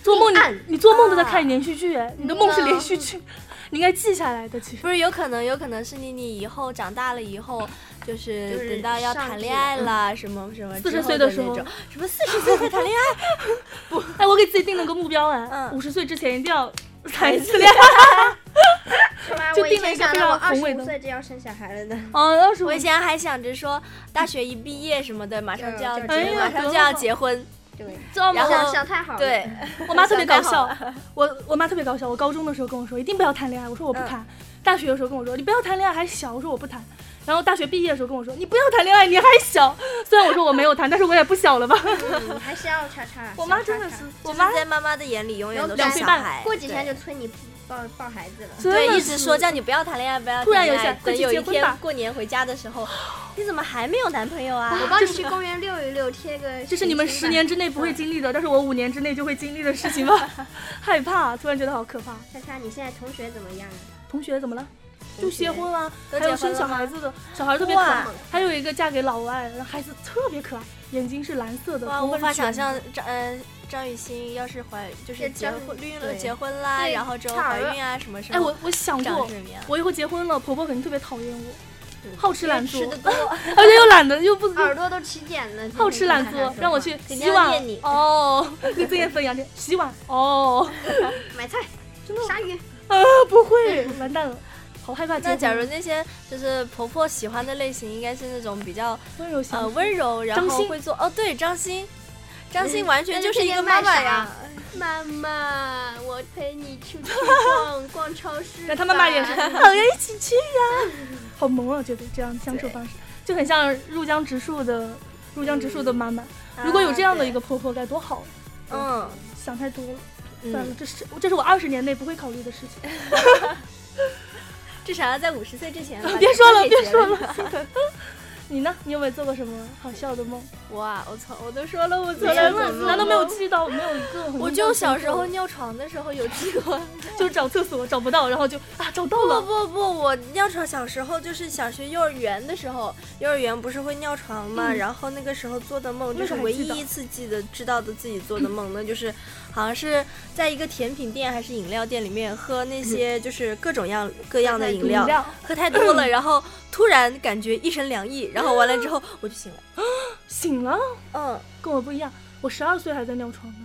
Speaker 2: 做梦
Speaker 3: 阴暗
Speaker 2: 你你做梦都在
Speaker 1: 啊
Speaker 2: 看连续剧，哎，你的梦是连续剧， 你应该记下来的。 其实
Speaker 1: 不是，有可能，有可能是你，你以后长大了以后，就是
Speaker 3: 就是
Speaker 1: 等到要谈恋爱啦，什么什么之后
Speaker 2: 40岁
Speaker 1: 的
Speaker 2: 的时候
Speaker 1: 那种，什么四十岁才谈恋爱，
Speaker 2: 哎，我给自己定了个目标哎，
Speaker 1: 嗯
Speaker 2: 五十岁之前一定要谈一次恋爱。
Speaker 3: 是吧？
Speaker 2: 就
Speaker 3: 我以
Speaker 2: 定了
Speaker 3: 前
Speaker 2: 一个
Speaker 3: 想
Speaker 2: 非
Speaker 3: 到我
Speaker 2: 常
Speaker 3: 二
Speaker 2: 宏
Speaker 3: 十
Speaker 2: 伟的
Speaker 3: 五岁就要生小孩了呢，
Speaker 2: 哦，二十五
Speaker 1: 我以前还想着说，大学一毕业什么的，马上就要
Speaker 3: 嗯
Speaker 1: 结，
Speaker 3: 哎呀
Speaker 1: 马上就要结婚，
Speaker 3: 对，
Speaker 2: 知道吗
Speaker 1: 然？后
Speaker 3: 想想太好了，
Speaker 1: 对，
Speaker 2: 我妈特别搞
Speaker 1: 想
Speaker 2: 笑，我我妈特别搞笑。我高中的时候跟我说一定不要谈恋爱，我说我
Speaker 1: 嗯
Speaker 2: 不谈。大学的时候跟我说你不要谈恋爱，还小，我说我不谈。然后大学毕业的时候跟我说你不要谈恋爱，你还小。虽然我说我没有谈，但是我也不小了吧？
Speaker 3: 嗯，还是要叉叉。
Speaker 2: 我妈
Speaker 3: 小叉
Speaker 2: 真的
Speaker 3: 叉
Speaker 2: 是，
Speaker 1: 我
Speaker 2: 我
Speaker 1: 妈
Speaker 2: 妈
Speaker 1: 在妈妈的眼里永远都
Speaker 3: 然
Speaker 1: 是
Speaker 3: 后
Speaker 1: 小
Speaker 2: 半
Speaker 1: 孩，
Speaker 3: 过几天
Speaker 1: 对
Speaker 3: 就催你抱抱孩子了。
Speaker 2: 真
Speaker 1: 对，
Speaker 2: 的
Speaker 1: 一直
Speaker 2: 是
Speaker 1: 说叫你不要谈恋爱，不要
Speaker 2: 突然
Speaker 1: 谈恋
Speaker 2: 有
Speaker 1: 爱
Speaker 2: 想快
Speaker 1: 等
Speaker 2: 去
Speaker 1: 有
Speaker 2: 结
Speaker 1: 一
Speaker 2: 婚
Speaker 1: 天
Speaker 2: 吧
Speaker 1: 过年回家的时候，你怎么还没有男朋友啊？
Speaker 3: 我帮你去公园遛一遛，贴个。
Speaker 2: 这是你们十年之内不会经历的，但是我五年之内就会经历的事情吧？害怕，突然觉得好可怕。
Speaker 3: 叉叉，你现在同学怎么样啊？
Speaker 2: 同学怎么了？就
Speaker 3: 同
Speaker 2: 结
Speaker 3: 学
Speaker 2: 婚啊，
Speaker 1: 都
Speaker 2: 还有
Speaker 1: 结婚
Speaker 2: 生
Speaker 1: 了
Speaker 2: 小
Speaker 1: 吗
Speaker 2: 孩子的，小孩特别可爱
Speaker 1: 哇。
Speaker 2: 还有一个嫁给老外，然后孩子特别可爱，眼睛是蓝色的。
Speaker 1: 哇，
Speaker 2: 头发
Speaker 1: 无
Speaker 2: 是
Speaker 1: 法
Speaker 2: 卷
Speaker 1: 想
Speaker 2: 的
Speaker 1: 象张嗯张雨欣要是怀就是
Speaker 3: 这
Speaker 1: 结
Speaker 3: 张
Speaker 1: 婚孕了
Speaker 3: 对
Speaker 1: 结婚啦，
Speaker 3: 对
Speaker 1: 然后之后
Speaker 3: 差
Speaker 1: 怀
Speaker 3: 儿了
Speaker 1: 孕啊什么什么，
Speaker 2: 哎，我我想
Speaker 1: 长
Speaker 2: 过
Speaker 1: 什，么样？
Speaker 2: 我以后结婚了，婆婆肯定特别讨厌我，好吃懒做
Speaker 1: 吃，的多，
Speaker 2: 而且又懒得又不
Speaker 3: 耳朵都起茧了。
Speaker 2: 好吃懒
Speaker 3: 天天
Speaker 2: 做
Speaker 3: 跟叉叉说，话
Speaker 2: 让我去
Speaker 1: 人
Speaker 2: 洗
Speaker 1: 家要
Speaker 2: 碗
Speaker 1: 念你
Speaker 2: 哦，跟曾艳芬一样，洗碗 哦，
Speaker 3: 买菜，
Speaker 2: 真的
Speaker 3: 鲨鱼。
Speaker 2: 啊不会， 完蛋了，好害怕结
Speaker 1: 那
Speaker 2: 婚。
Speaker 1: 假如那些就是婆婆喜欢的类型，应该是那种比较
Speaker 2: 温柔型
Speaker 1: 呃温柔，然
Speaker 2: 张
Speaker 1: 后
Speaker 2: 欣
Speaker 1: 会做哦，对，张欣，张欣完全
Speaker 3: 那
Speaker 1: 就是一个
Speaker 3: 天天
Speaker 1: 妈
Speaker 3: 卖
Speaker 1: 妈
Speaker 3: 啥
Speaker 1: 呀。。
Speaker 3: 妈妈，我陪你出去 逛逛超市吧。
Speaker 2: 那他妈妈也是， 好呀，一起去呀，好萌啊！觉得这样相处方式就很像入江直树的入江直树的妈妈。
Speaker 1: 啊
Speaker 2: 如果有这样
Speaker 3: 啊
Speaker 2: 的一个婆婆，该多好！
Speaker 1: 嗯
Speaker 2: 想太多了，算了
Speaker 1: 嗯，，
Speaker 2: 这是这是我二十年内不会考虑的事情。
Speaker 1: 至少要在五十岁之前
Speaker 2: 啊别说了，别说了。心疼 你呢？你有没有做过什么好笑的梦？
Speaker 1: 我啊，我操，我都说了，我
Speaker 3: 没
Speaker 1: 从
Speaker 3: 有
Speaker 1: 来
Speaker 3: 做
Speaker 1: 不
Speaker 3: 梦
Speaker 2: 难道没有记到？没有一个很印象深刻的。
Speaker 1: 我就小时候尿床的时候有记过。
Speaker 2: 就是找厕所找不到，然后就啊找到
Speaker 1: 不
Speaker 2: 了，
Speaker 1: 不不，我尿床小时候就是小学、幼儿园的时候，幼儿园不是会尿床嘛，
Speaker 2: 嗯
Speaker 1: 然后那个时候做的梦
Speaker 2: 那
Speaker 1: 就是
Speaker 2: 个还
Speaker 1: 唯
Speaker 2: 记
Speaker 1: 一
Speaker 2: 得
Speaker 1: 一次记得知道的自己做的梦， 那就是好像是在一个甜品店还是饮料店里面喝那些就是各种样各样的饮料，
Speaker 2: 料
Speaker 1: 喝太多 了，然后突然感觉一身凉意，然后完了之后我就醒了。
Speaker 2: 醒了，
Speaker 1: 嗯，
Speaker 2: 跟我不一样，我十二岁还在尿床呢。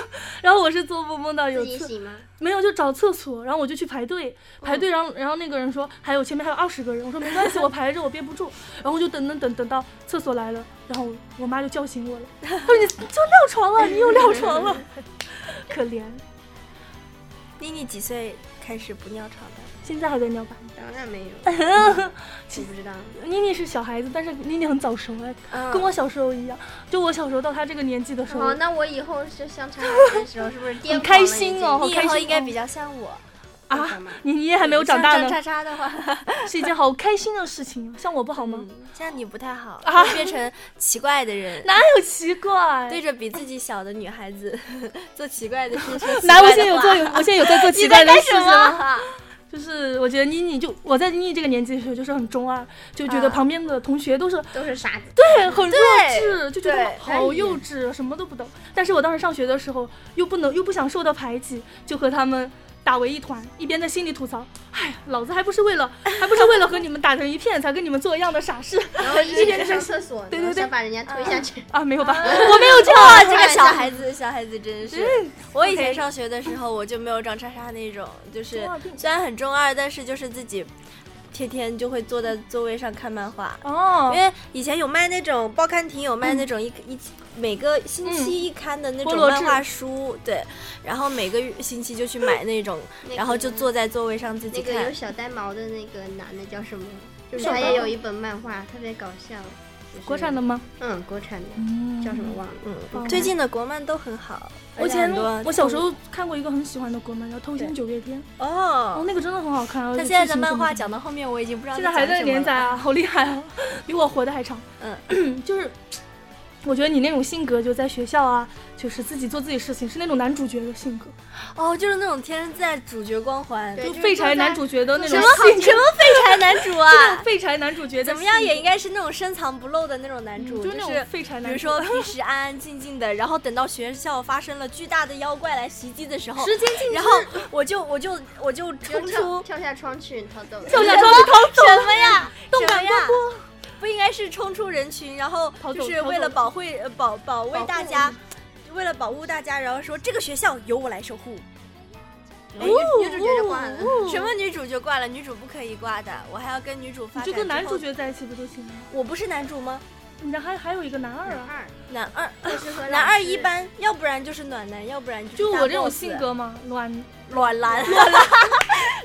Speaker 2: 然后我是做梦梦到有
Speaker 3: 自己
Speaker 2: 厕
Speaker 3: 洗吗？
Speaker 2: 没有就找厕所，然后我就去排队，
Speaker 1: 嗯
Speaker 2: 排队，然后然后那个人说还有前面还有二十个人，我说没 关系，我排着我憋不住，然后就等等等等到厕所来了，然后我我妈就叫醒我了，她说你就尿床了，你又尿床了， 可怜，
Speaker 1: 妮妮几岁开始不尿床的？
Speaker 2: 现在还在尿吧？
Speaker 3: 当然 没有，我不知道。
Speaker 2: 妮妮是小孩子，但是妮妮很早熟哎，
Speaker 1: 嗯
Speaker 2: 跟我小时候一样，就我小时候到她这个年纪的时候
Speaker 3: 哦，，那我以后就像叉叉的时候，是不是癫狂了
Speaker 2: 很开心哦，好
Speaker 1: 你以
Speaker 2: 开
Speaker 1: 后
Speaker 2: 心，
Speaker 1: 应该比较像我。
Speaker 3: 会
Speaker 4: 啊
Speaker 3: 干嘛？
Speaker 2: 啊你你也还没有长大
Speaker 1: 像张
Speaker 2: 呢，
Speaker 1: 叉叉的话，
Speaker 2: 是一件好开心的事情。像我不好吗？
Speaker 1: 嗯，像你不太好，
Speaker 2: 啊
Speaker 1: 会变成奇怪的 人，
Speaker 2: 哪有奇怪？
Speaker 1: 对着比自己小的女孩子 做奇怪的 事情。
Speaker 2: 来，
Speaker 1: 说
Speaker 2: 我
Speaker 1: 奇怪的
Speaker 2: 现在有
Speaker 1: 话
Speaker 2: 做有，我现在有在做奇怪的事情
Speaker 1: 干
Speaker 2: 了。就是我觉得妮妮就我在妮妮这个年纪的时候就是很中二，就觉得
Speaker 1: 啊
Speaker 2: 旁边的同学都是
Speaker 3: 都是傻子。
Speaker 2: 对很弱智，就觉得
Speaker 1: 对
Speaker 2: 好幼稚，啊什么都不懂。但是我当时上学的时候又不能又不想受到排挤，就和他们打为一团，一边在心里吐槽，哎呀，老子还不是为了还不是为了和你们打成一片才跟你们做一样的傻事
Speaker 3: 然 后一
Speaker 2: 一边
Speaker 3: 边
Speaker 2: 在
Speaker 3: 上厕所，
Speaker 2: 对对对
Speaker 3: 想把人家推
Speaker 1: 嗯
Speaker 3: 下去。
Speaker 2: 啊，没有吧？我没有这 样
Speaker 1: 哇，
Speaker 2: 啊，
Speaker 1: 哦这个小孩 子，小孩子真是。
Speaker 2: 嗯
Speaker 1: 我以前
Speaker 2: OK
Speaker 1: 上学的时候，我就没有张叉叉那种，就是
Speaker 2: 中二病
Speaker 1: 虽然很中二，但是就是自己天天就会坐在座位上看漫画。因
Speaker 2: 哦，嗯
Speaker 1: 为以前有卖那种报刊亭，有卖那种一、一每个星期一刊的那
Speaker 2: 菠
Speaker 1: 种
Speaker 2: 萝
Speaker 1: 漫
Speaker 2: 志
Speaker 1: 画书，对，然后每个星期就去买那种，
Speaker 2: 嗯
Speaker 3: 那个
Speaker 1: 然后就坐在座位上自己
Speaker 3: 那
Speaker 1: 看。
Speaker 3: 个有小呆毛的那个男的叫什么？就是他也有一本漫画，特别搞笑。就是
Speaker 2: 国产的？吗？
Speaker 3: 嗯，国产的
Speaker 2: 嗯
Speaker 3: 叫什么忘了。
Speaker 1: 嗯，
Speaker 2: 哦
Speaker 1: 最近的国漫都很好。
Speaker 2: 我
Speaker 1: 而
Speaker 2: 以
Speaker 1: 且
Speaker 2: 前
Speaker 1: 很多
Speaker 2: 我小时候看过一个很喜欢的国漫，叫《偷心九月天》，哦，
Speaker 1: 哦，
Speaker 2: 那个真的很好看。而
Speaker 1: 他
Speaker 2: 且
Speaker 1: 现在
Speaker 2: 剧
Speaker 1: 的
Speaker 2: 情什
Speaker 1: 漫
Speaker 2: 么
Speaker 1: 画
Speaker 2: 的
Speaker 1: 讲到后面，我已经不知道
Speaker 2: 现在还
Speaker 1: 讲
Speaker 2: 在
Speaker 1: 什
Speaker 2: 连
Speaker 1: 么
Speaker 2: 载
Speaker 1: 了
Speaker 2: 啊， 好厉害啊，比我活得还长。嗯， 就是我觉得你那种性格，就在学校啊，就是自己做自己事情，是那种男主角的性格，
Speaker 1: 哦，就是那种天生自带主角光环，
Speaker 3: 对
Speaker 2: 就
Speaker 3: 就是
Speaker 2: 废柴
Speaker 3: 坐在
Speaker 2: 男主角的那
Speaker 1: 什
Speaker 2: 种
Speaker 1: 么
Speaker 2: 性
Speaker 1: 什
Speaker 2: 格。
Speaker 1: 么废柴男主 啊，
Speaker 2: 废柴男主角的
Speaker 1: 怎么样也应
Speaker 2: 该
Speaker 1: 该是那种深藏不露的那种男主，
Speaker 2: 就
Speaker 1: 就
Speaker 2: 是那
Speaker 1: 是
Speaker 2: 种废柴
Speaker 1: 比
Speaker 2: 男主。
Speaker 1: 如 说平时安安静静的，然后等到学校发生了巨大的妖怪来袭击的时候，
Speaker 2: 时间静止
Speaker 1: 然后我就我就我就冲
Speaker 3: 就跳
Speaker 1: 出
Speaker 3: 跳下窗去逃走了。
Speaker 2: 跳下窗去逃走，
Speaker 1: 什么呀，
Speaker 2: 动
Speaker 1: 什么
Speaker 2: 感
Speaker 1: 呀
Speaker 2: 波波。
Speaker 1: 不应该是冲出人群，然后
Speaker 2: 逃走
Speaker 1: 就是为了保护呃保保卫
Speaker 2: 保护
Speaker 1: 大家，为了保护大家，然后说这个学校由我来守护。
Speaker 2: 哦
Speaker 3: 哎女女主角就挂了。
Speaker 1: 什么女主就挂了，女主不可以挂的，我还要跟女主发展。
Speaker 2: 你就跟男主，角在一起不就行了？
Speaker 1: 我不是男主吗？
Speaker 2: 你这还还有一个男二啊，
Speaker 3: 二，
Speaker 1: 男二，
Speaker 3: 就是和
Speaker 1: 男
Speaker 3: 老
Speaker 1: 二
Speaker 3: 师
Speaker 1: 一。般，要不然就是暖男，要不然
Speaker 2: 就是
Speaker 1: 大
Speaker 2: 我这种
Speaker 1: boss
Speaker 2: 性格嘛，暖
Speaker 1: 暖 男，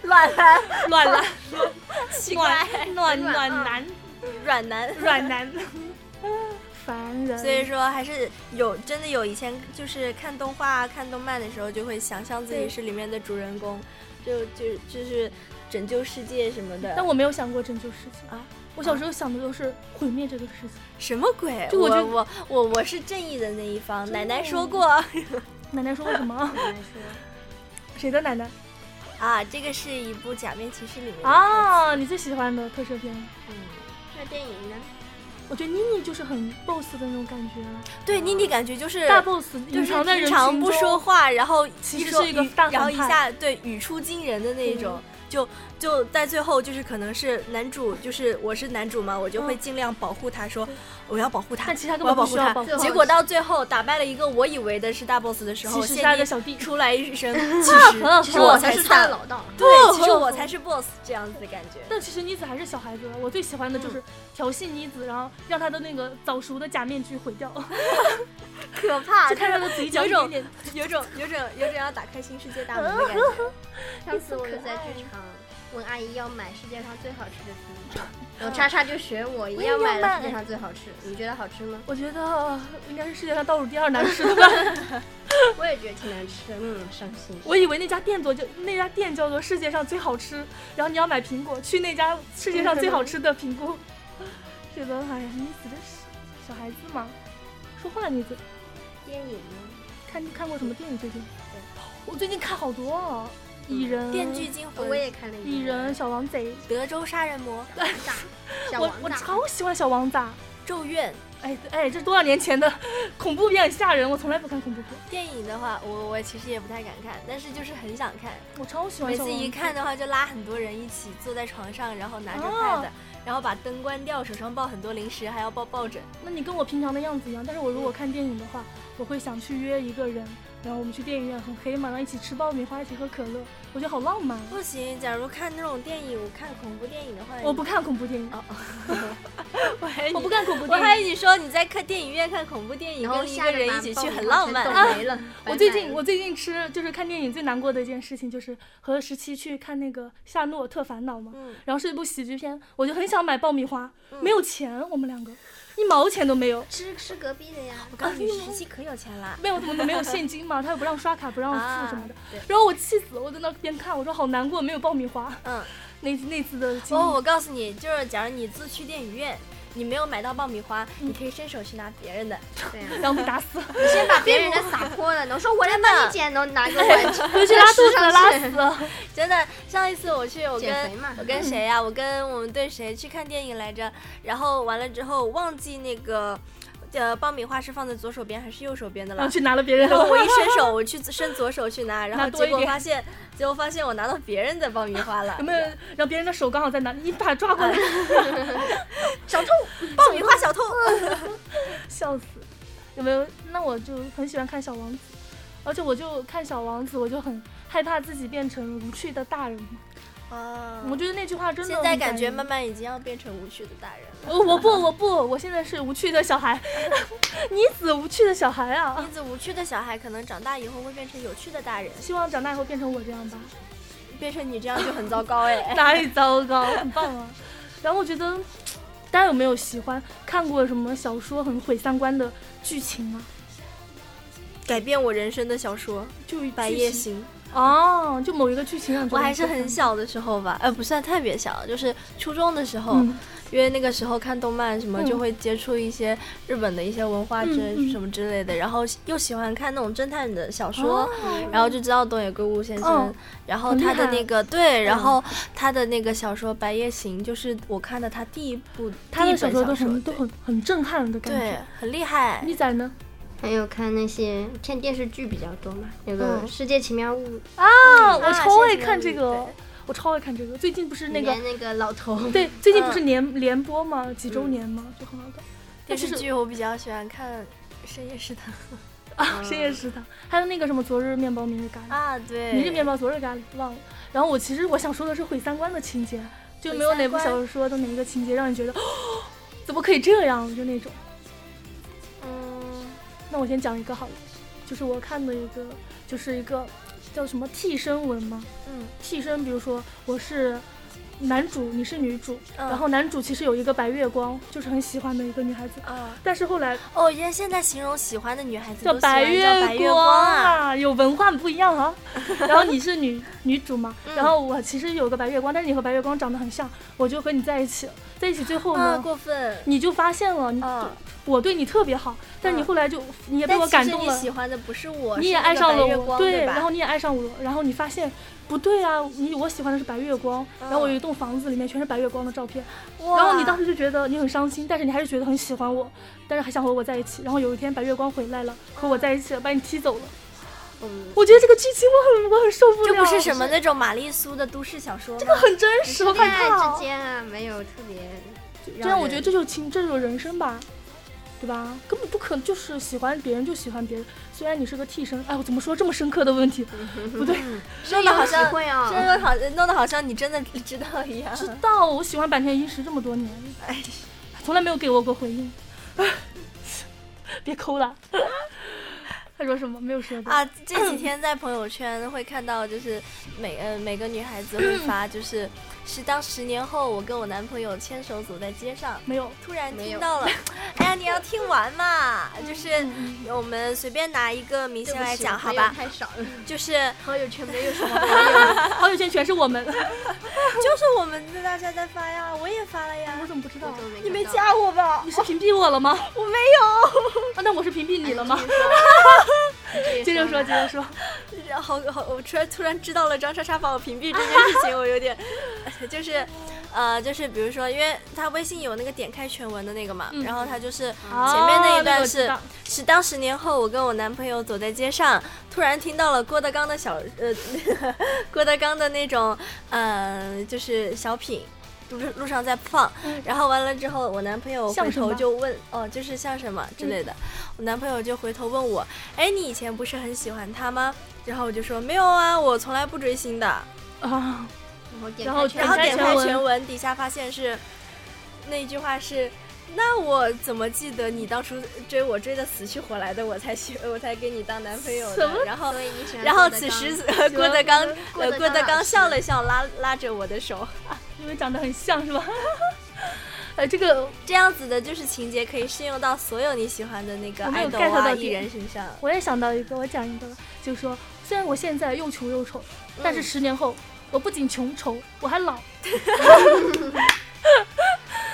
Speaker 1: 暖男， 暖男，
Speaker 2: 暖男
Speaker 1: 奇怪， 嗯
Speaker 2: 暖暖暖
Speaker 3: 暖
Speaker 2: 男
Speaker 1: 软男。
Speaker 2: 软男， 烦人。
Speaker 1: 所以说还是有真的有以前就是看动画啊、看动漫的时候，就会想象自己
Speaker 2: 对
Speaker 1: 是里面的主人公，就就就是拯救世界什么的
Speaker 2: 但。我没有想过拯救世界
Speaker 1: 啊！
Speaker 2: 我小时候想的都是毁灭这个世界。
Speaker 1: 什么鬼？
Speaker 2: 就
Speaker 1: 我
Speaker 2: 我就
Speaker 1: 我我我是正义的那一方。
Speaker 2: 真的
Speaker 1: 奶奶说过
Speaker 2: 奶奶说过什么？谁的奶奶？
Speaker 1: 啊，这个是一部《假面骑士》里面的嗯
Speaker 2: 啊，你最喜欢的特摄片？
Speaker 3: 那电影呢？
Speaker 2: 我觉得妮妮就是很 boss 的那种感觉啊，
Speaker 1: 对，妮妮感觉就是
Speaker 2: 大 boss
Speaker 1: 就
Speaker 2: 隐
Speaker 1: 是
Speaker 2: 藏在
Speaker 1: 平
Speaker 2: 人
Speaker 1: 常
Speaker 2: 群
Speaker 1: 不
Speaker 2: 中
Speaker 1: 说，话，然后
Speaker 2: 其
Speaker 1: 一
Speaker 2: 实
Speaker 1: 说
Speaker 2: 是一个
Speaker 1: 语
Speaker 2: 大
Speaker 1: 然后
Speaker 2: 反
Speaker 1: 一
Speaker 2: 派嗯
Speaker 1: 下对语出惊人的那一种，就就在最后就是可能是男主，就是我是男主嘛，我就会
Speaker 2: 嗯
Speaker 1: 尽量保护他，说我要保护他
Speaker 2: 但，其实他根
Speaker 1: 我要保
Speaker 2: 本不
Speaker 1: 护
Speaker 2: 需要
Speaker 1: 他
Speaker 2: 保护
Speaker 3: 最。后
Speaker 1: 结果到最后打败了一个我以为的是大 boss 的时
Speaker 2: 其
Speaker 1: 候，
Speaker 2: 实是他
Speaker 1: 现
Speaker 2: 的
Speaker 1: 在
Speaker 2: 小弟。
Speaker 1: 出来一 声，其实其实我才是
Speaker 3: 哦他
Speaker 1: 大
Speaker 3: 的，老道。
Speaker 1: 对，其实
Speaker 2: 不
Speaker 1: 我才是 boss 这样子的感觉。
Speaker 2: 但其实妮子还是小孩子，我最喜欢的
Speaker 1: 嗯
Speaker 2: 就是调戏妮子，然后让她的那个早熟的假面具毁掉，
Speaker 1: 可怕
Speaker 2: 就看她的嘴角
Speaker 1: 啊有一种
Speaker 2: 一点点
Speaker 1: 有种有种有种要打开新世界大门的 感觉。
Speaker 3: 上次我就在剧场问阿姨要买世界上最好吃的 猪，然后叉叉就学我，也要买了世界上最好吃。你觉得好吃吗？
Speaker 2: 我觉得应该是世界上倒数第二难吃的吧。
Speaker 3: 我也觉得挺难吃的，嗯，伤心。
Speaker 2: 我以为那家店做就那家店叫做世界上最好吃，然后你要买苹果，去那家世界上最好吃的苹果。觉得哎呀，你死的是小孩子嘛，说话你这
Speaker 3: 电影呢？
Speaker 2: 看看过什么电影最近？我最近看好多、啊，蚁人、
Speaker 1: 嗯电锯、惊
Speaker 3: 哦我
Speaker 1: 魂、
Speaker 3: 也看了一
Speaker 2: 蚁人、小王贼，
Speaker 1: 德州杀人魔、
Speaker 3: 大小
Speaker 2: 我
Speaker 3: 王
Speaker 2: 我
Speaker 3: 大，
Speaker 2: 超喜欢小王子啊。
Speaker 1: 咒怨。
Speaker 2: 哎哎，这多少年前的恐怖片很吓人，我从来不看恐怖片，
Speaker 1: 电影的话，我我其实也不太敢看，但是就是很想看。
Speaker 2: 我超喜欢
Speaker 1: 每
Speaker 2: 小
Speaker 1: 次
Speaker 2: 王
Speaker 1: 一
Speaker 2: 子
Speaker 1: 看的话，就拉很多人一起坐在床上，然后拿着 pad，、
Speaker 2: 哦
Speaker 1: 然后把灯关掉，手上抱很多零食，还要抱抱枕。
Speaker 2: 那你跟我平常的样子一样，但是我如果看电影的话，我会想去约一个人，然后我们去电影院，很黑嘛，然后一起吃爆米花，一起喝可乐，我觉得好浪漫啊。
Speaker 1: 不行，假如看那种电影，我看恐怖电影的话，
Speaker 2: 我不看恐怖电影，
Speaker 1: 哎哦 我还以
Speaker 2: 我不看恐怖
Speaker 1: 我
Speaker 2: 电
Speaker 1: 还
Speaker 2: 影。
Speaker 1: 以为你说你在看电影院看恐怖电影，
Speaker 3: 然后
Speaker 1: 跟一个人一起去很浪漫。
Speaker 3: 啊
Speaker 1: 啊！
Speaker 3: 没了。
Speaker 2: 我最近我最近吃就是看电影最难过的一件事情，就是和十七去看那个《夏洛特烦恼》嘛，
Speaker 1: 嗯，
Speaker 2: 然后是一部喜剧片，我就很想买爆米花，没有钱，我们两个，一毛钱都没有。
Speaker 3: 吃吃隔壁的呀。
Speaker 1: 我告诉你，实习可有钱了。
Speaker 2: 没有，怎么能没有现金 嘛？他又不让刷卡，不让付什么的。
Speaker 1: 啊对
Speaker 2: 然后我气死了，我在那边看，我说好难过，没有爆米花。
Speaker 1: 嗯，
Speaker 2: 那那次的经历，
Speaker 1: 哦，我告诉你，就是假如你自去电影院，你没有买到爆米花，你可以伸手去拿别人的。
Speaker 3: 对呀、
Speaker 2: 然后被 打死了，
Speaker 3: 你先把别人的撒泼了，能说我来帮你捡，能 拿给我吃，
Speaker 2: 回去拉肚 子拉死了。
Speaker 1: 真的，上一次我去，我
Speaker 3: 减肥
Speaker 1: 跟
Speaker 3: 嘛嗯
Speaker 1: 我跟谁啊呀、我跟我们队谁去看电影来着？然后完了之后忘记那个，呃，爆米花是放在左手边还是右手边的
Speaker 2: 然
Speaker 1: 了
Speaker 2: 后。去拿了别人
Speaker 1: 然后
Speaker 2: 的，
Speaker 1: 我一伸手，我去伸左手去拿，然后
Speaker 2: 啊拿多
Speaker 1: 结
Speaker 2: 一
Speaker 1: 果
Speaker 2: 点
Speaker 1: 发现，结果发现我拿到别人的爆米花了。
Speaker 2: 有没有让别人的手刚好在哪里，一把抓过
Speaker 1: 嗯
Speaker 2: 来，
Speaker 1: 小偷？爆米花小偷？
Speaker 2: 笑死。有没有？那我就很喜欢看《小王子》，而且我就看《小王子》，我就很害怕自己变成无趣的大人。
Speaker 1: 啊
Speaker 2: 我觉得那句话真的
Speaker 1: 现在
Speaker 2: 很
Speaker 1: 感觉
Speaker 2: 人
Speaker 1: 慢慢已经要变成无趣的大人了。
Speaker 2: 我我不我不，我现在是无趣的小孩， 你死无趣的小孩啊！
Speaker 1: 因此，无趣的小孩可能长大以后会变成有趣的大人，
Speaker 2: 希望长大以后变成我这样吧，
Speaker 1: 变成你这样就很糟糕 哎。
Speaker 2: 哪里糟糕，很棒啊！然后我觉得，大家有没有喜欢看过什么小说很毁三观的剧情啊？
Speaker 1: 改变我人生的小说
Speaker 2: 就
Speaker 1: 《白夜行》。
Speaker 2: 哦，就某一个剧情让你觉
Speaker 1: 我
Speaker 2: 得
Speaker 1: 还是
Speaker 2: 毁三
Speaker 1: 很
Speaker 2: 观。
Speaker 1: 小的时候吧，呃，不算特别小，就是初中的时候，
Speaker 2: 嗯，
Speaker 1: 因为那个时候看动漫什么，
Speaker 2: 嗯
Speaker 1: 就会接触一些日本的一些文化
Speaker 2: 嗯嗯
Speaker 1: 之什么之类的，然后又喜欢看那种侦探的小说，
Speaker 2: 哦
Speaker 1: 然后就知道东野圭吾先生，
Speaker 2: 哦
Speaker 1: 然后
Speaker 2: 很厉
Speaker 1: 他的
Speaker 2: 害嗯
Speaker 1: 那个对，然后他的那个小说《白夜行》就是我看的他第一部，
Speaker 2: 他
Speaker 1: 第一
Speaker 2: 的
Speaker 1: 本
Speaker 2: 小
Speaker 1: 小
Speaker 2: 说都很都
Speaker 1: 对
Speaker 2: 很很震撼的感
Speaker 1: 对
Speaker 2: 觉。，
Speaker 1: 很厉害。
Speaker 2: 你仔呢？
Speaker 3: 还有看那些看电视剧比较多嘛，有个
Speaker 1: 嗯
Speaker 3: 《世界奇妙物语
Speaker 2: 啊，我
Speaker 3: 啊
Speaker 2: 超爱
Speaker 3: 谢谢
Speaker 2: 看
Speaker 3: 你
Speaker 2: 这个哦
Speaker 3: 对，
Speaker 2: 我超爱看这个。最近不是》，
Speaker 3: 里
Speaker 2: 那个
Speaker 3: 面那个老 头，
Speaker 2: 对，最近不
Speaker 1: 嗯
Speaker 2: 是连、连播吗？几周年吗？就很好看。
Speaker 1: 电视
Speaker 2: 但是
Speaker 1: 剧我比较喜欢看《深夜食堂
Speaker 2: 啊，
Speaker 1: 嗯
Speaker 2: 深夜食堂，还有那个什么昨日面包明日咖》喱，
Speaker 1: 啊，对，
Speaker 2: 明日面包昨日咖喱忘了。然后我其实我想说的是毁三观的情节，就
Speaker 1: 毁
Speaker 2: 没有哪
Speaker 1: 三
Speaker 2: 部
Speaker 1: 观
Speaker 2: 小说的哪一个情节让你觉得、哦、怎么可以这样，就那种。
Speaker 1: 嗯，
Speaker 2: 那我先讲一个好了，就是我看的一个，就是一个叫什么替身文吗？
Speaker 1: 嗯，
Speaker 2: 替身，比如说我是男主，你是女主，
Speaker 1: 嗯
Speaker 2: 然后男主其实有一个白月光，就是很喜欢的一个女孩子，
Speaker 1: 啊。
Speaker 2: 但是后来
Speaker 1: 哦，人家现在形容喜欢的女孩子
Speaker 2: 叫
Speaker 1: 都喜欢
Speaker 2: 白
Speaker 1: 叫白月
Speaker 2: 光
Speaker 1: 光啊，
Speaker 2: 有文化不一样啊。 然后你是女女主嘛，
Speaker 1: 嗯
Speaker 2: 然后我其实有个白月光，但是你和白月光长得很像，我就和你在一起了，在一起最后
Speaker 1: 啊，
Speaker 2: 呢，
Speaker 1: 过分。
Speaker 2: 你就发现了，你
Speaker 1: 嗯，
Speaker 2: 我对你特别好，但你
Speaker 1: 嗯
Speaker 2: 后来就你也被
Speaker 1: 但
Speaker 2: 我
Speaker 1: 其
Speaker 2: 感
Speaker 1: 实
Speaker 2: 动
Speaker 1: 你
Speaker 2: 了。
Speaker 1: 喜欢的不是我，
Speaker 2: 你
Speaker 1: 是
Speaker 2: 也
Speaker 1: 那个
Speaker 2: 爱上了
Speaker 1: 白月
Speaker 2: 我，
Speaker 1: 光
Speaker 2: 对，
Speaker 1: 对吧，
Speaker 2: 然后你也爱上我，然后你发现不对啊，你我喜欢的是白月光，然
Speaker 1: 啊
Speaker 2: 后我有一栋房子里面全是白月光的照片，
Speaker 1: 后
Speaker 2: 然后你当时就觉得你很伤心，但是你还是觉得很喜欢我，但是还想和我在一起。然后有一天白月光回来了，和我在一起了，把你踢走了。
Speaker 3: 嗯，
Speaker 2: 我觉得这个剧情我很我很受不了，
Speaker 1: 这不是什么那种玛丽苏的都市小说吗，这
Speaker 2: 这个很真实，好
Speaker 3: 恋
Speaker 2: 害
Speaker 3: 爱
Speaker 2: 怕
Speaker 3: 之。间啊，没有特别
Speaker 2: 这样我觉得这就是情，这就是人生吧，对吧？根本不可能，就是喜欢别人就喜欢别人，虽然你是个替身。哎，我怎么说这么深刻的问题？不对，
Speaker 1: 弄得好像
Speaker 3: 会啊，
Speaker 1: 真的好弄得好像你真的知道一样。
Speaker 2: 知道，我喜欢坂田银时这么多年，
Speaker 1: 嗯 哎，
Speaker 2: 从来没有给我过回应。别抠 了。他说什么？没有说的。
Speaker 1: 啊，这几天在朋友圈会看到，就是每呃每个女孩子会发，就是是当十年后我跟我男朋友牵手走在街上，
Speaker 2: 没有。
Speaker 1: 突然
Speaker 3: 没
Speaker 1: 听
Speaker 3: 有
Speaker 1: 到 了，哎呀，你要听完嘛，就是我们随便拿一个明星来讲，好
Speaker 3: 朋友
Speaker 1: 吧？嗯
Speaker 3: 太少了，
Speaker 1: 就是就
Speaker 3: 朋友圈没有什 么
Speaker 2: 好友圈全是我们。
Speaker 1: 是我们的大家在发呀，我也发了
Speaker 2: 我
Speaker 1: 呀，
Speaker 2: 怎么不知道啊？
Speaker 1: 你没加我吧？
Speaker 2: 你是屏蔽我了吗？
Speaker 1: 我没有。
Speaker 2: 啊，那我是屏蔽你了吗？？
Speaker 1: 哎
Speaker 2: 接着说，接着说。
Speaker 1: 然后好，我突然突然知道了张莎莎把我屏蔽这件事情，我有点， 就是，呃，就是比如说，因为他微信有那个点开全文的那个嘛，
Speaker 2: 嗯
Speaker 1: 然后他就是前
Speaker 2: 前
Speaker 1: 面啊那一段是、是当十年后我跟我男朋友走在街上，突然听到了郭德纲的小呃 郭德纲的那种呃就是小品。路上路上在放，然后完了之后，我男朋友
Speaker 2: 相
Speaker 1: 回
Speaker 2: 声吧
Speaker 1: 头就问，哦，就是像什么之类的。我男朋友就回头问我，哎，你以前不是很喜欢他吗？然后我就说没有啊，我从来不追星的。
Speaker 2: 啊，
Speaker 3: 然后
Speaker 1: 然后
Speaker 2: 点
Speaker 1: 点
Speaker 2: 开
Speaker 1: 开
Speaker 2: 全
Speaker 1: 全文底下发现是那一句话是。那我怎么记得你当初追我追的死去活来的，我才学我才给你当男朋友
Speaker 2: 什
Speaker 1: 的
Speaker 2: 么？
Speaker 1: 然后
Speaker 3: 所以你喜欢
Speaker 1: 然后
Speaker 3: 郭德
Speaker 1: 此
Speaker 3: 纲
Speaker 1: 时
Speaker 2: 欢
Speaker 1: 郭德纲
Speaker 3: 郭德
Speaker 1: 呃
Speaker 3: 纲
Speaker 1: 郭德
Speaker 3: 老
Speaker 1: 纲
Speaker 3: 师
Speaker 1: 笑了笑，拉拉着我的手。
Speaker 2: 因为长得很像是吧？哎，这个
Speaker 1: 这样子的就是情节可以适用到所有你喜欢的那个
Speaker 2: 我没
Speaker 1: 爱
Speaker 2: 有
Speaker 1: 豆
Speaker 2: get
Speaker 1: 啊
Speaker 2: 到
Speaker 1: 艺
Speaker 2: 点
Speaker 1: 人身上。
Speaker 2: 我也想到一个，我讲一个吧，就是说，虽然我现在又穷又丑，但是
Speaker 1: 嗯
Speaker 2: 十年后，我不仅穷丑，我还老。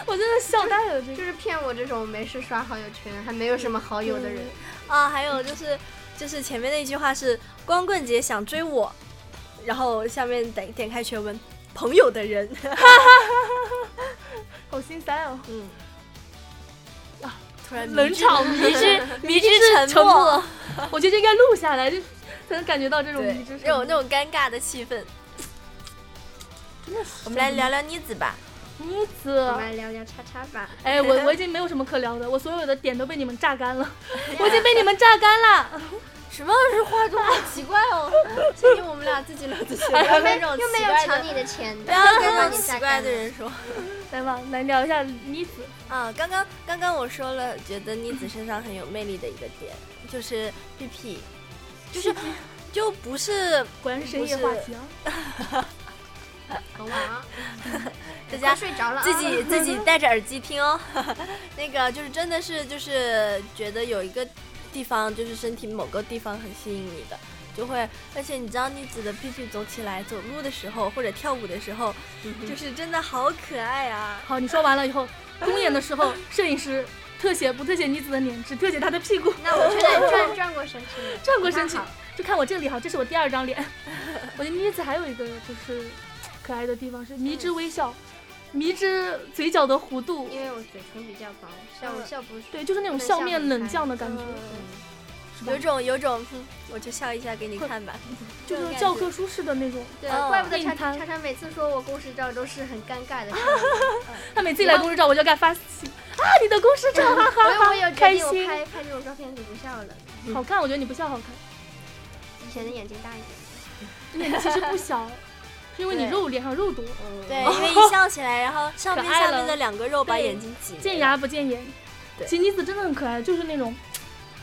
Speaker 2: 我真的笑呆了，这
Speaker 3: 就
Speaker 2: 个。
Speaker 3: 是骗我这种没事刷好友圈还没有什么好友的人，
Speaker 1: 啊，还有就是就是前面那句话是光棍节想追我，然后下面点点开全文，朋友的人，
Speaker 2: 好心塞哦，
Speaker 1: 嗯，
Speaker 2: 啊
Speaker 1: 突然迷
Speaker 2: 冷
Speaker 1: 之
Speaker 2: 场 迷之，
Speaker 1: 迷之沉
Speaker 2: 沉
Speaker 1: 默
Speaker 2: 默，我觉得这应该录下来，就才能感觉到这种迷
Speaker 1: 对
Speaker 2: 之，沉
Speaker 1: 那种
Speaker 2: 默。
Speaker 1: 那种尴尬的气氛。
Speaker 2: 真的是
Speaker 1: 我们来聊聊妮子吧，
Speaker 2: 妮
Speaker 3: 我
Speaker 1: 嗯
Speaker 2: 子
Speaker 1: 哎
Speaker 3: 们，来聊聊叉叉吧。
Speaker 2: 哎， 我我已经没有什么可聊的，我所有的点都被你们榨干了，我已经被你们榨干了。
Speaker 1: 什么是话中好奇怪哦，所以我们俩自己聊自己，不
Speaker 2: 哎
Speaker 1: 要跟这种
Speaker 3: 又没
Speaker 1: 奇
Speaker 3: 有
Speaker 1: 怪
Speaker 3: 抢
Speaker 1: 的，
Speaker 3: 你的 钱
Speaker 1: 不
Speaker 3: 的，
Speaker 1: 要跟这
Speaker 3: 把
Speaker 1: 种
Speaker 3: 你
Speaker 1: 奇
Speaker 3: 榨
Speaker 1: 怪
Speaker 3: 干
Speaker 1: 的
Speaker 3: 了。
Speaker 1: 人说。
Speaker 2: 来吧，来聊一下妮子，
Speaker 1: 啊，刚刚刚刚我说了，觉得妮子身上很有魅力的一个点就是 PP，就是就不是
Speaker 2: 果然是深夜
Speaker 1: 不
Speaker 2: 话
Speaker 1: 是
Speaker 2: 题啊。
Speaker 3: 很晚啊，
Speaker 1: 大
Speaker 3: 快
Speaker 1: 家
Speaker 3: 睡着了啊。
Speaker 1: 自 己自己戴着耳机听 哦，那个就是真的是就是觉得有一个地方就是身体某个地方很吸引你的，就会而且你知道妮子的 PP 走起来走路的时候或者跳舞的时候，
Speaker 4: 嗯
Speaker 2: 嗯
Speaker 1: 就是真的好可爱啊！
Speaker 2: 好，你说完了以后，公演的时候，摄影师特写不特写妮子的脸，只特写她的屁股，
Speaker 3: 那我就得转转过身去，
Speaker 2: 转过身去
Speaker 3: 那好
Speaker 2: 就看我这里哈，这是我第二张 脸。我觉得妮子还有一个就是可爱的地方是迷之微笑，迷之嘴角的弧度，
Speaker 3: 因为我嘴唇比较薄，笑
Speaker 1: 嗯
Speaker 3: 笑嗯不出。
Speaker 2: 对，就是那种笑面冷酱的感觉，嗯是吧嗯
Speaker 1: 有？种有种，哼我就笑一下给你看吧。
Speaker 2: 就是教科书式的那种。
Speaker 3: 对，
Speaker 1: 嗯
Speaker 3: 怪不得
Speaker 2: 硬
Speaker 3: 叉
Speaker 2: 摊
Speaker 3: 叉叉每次说我公式照都是很尴尬 的事情。
Speaker 2: 他每次一来公司照，我就该发信啊，你的公司照，哈
Speaker 3: 我
Speaker 2: 哈
Speaker 3: 有我
Speaker 2: 哈，
Speaker 3: 有决
Speaker 2: 开
Speaker 3: 定，我
Speaker 2: 心，
Speaker 3: 拍拍这种照片就不笑了。
Speaker 2: 好看。我觉得你不笑好看，
Speaker 3: 以前的眼睛大一点，
Speaker 2: 因为你其实不小， 是因为你
Speaker 1: 对
Speaker 2: 肉脸上肉多，
Speaker 1: 对，因为一笑起来，然 后上面
Speaker 2: 可爱
Speaker 1: 下
Speaker 2: 了
Speaker 1: 面的两个肉把
Speaker 2: 对
Speaker 1: 眼睛挤。
Speaker 2: 见牙不见眼。
Speaker 1: 对
Speaker 2: 其实妮子真的很可爱，就是那种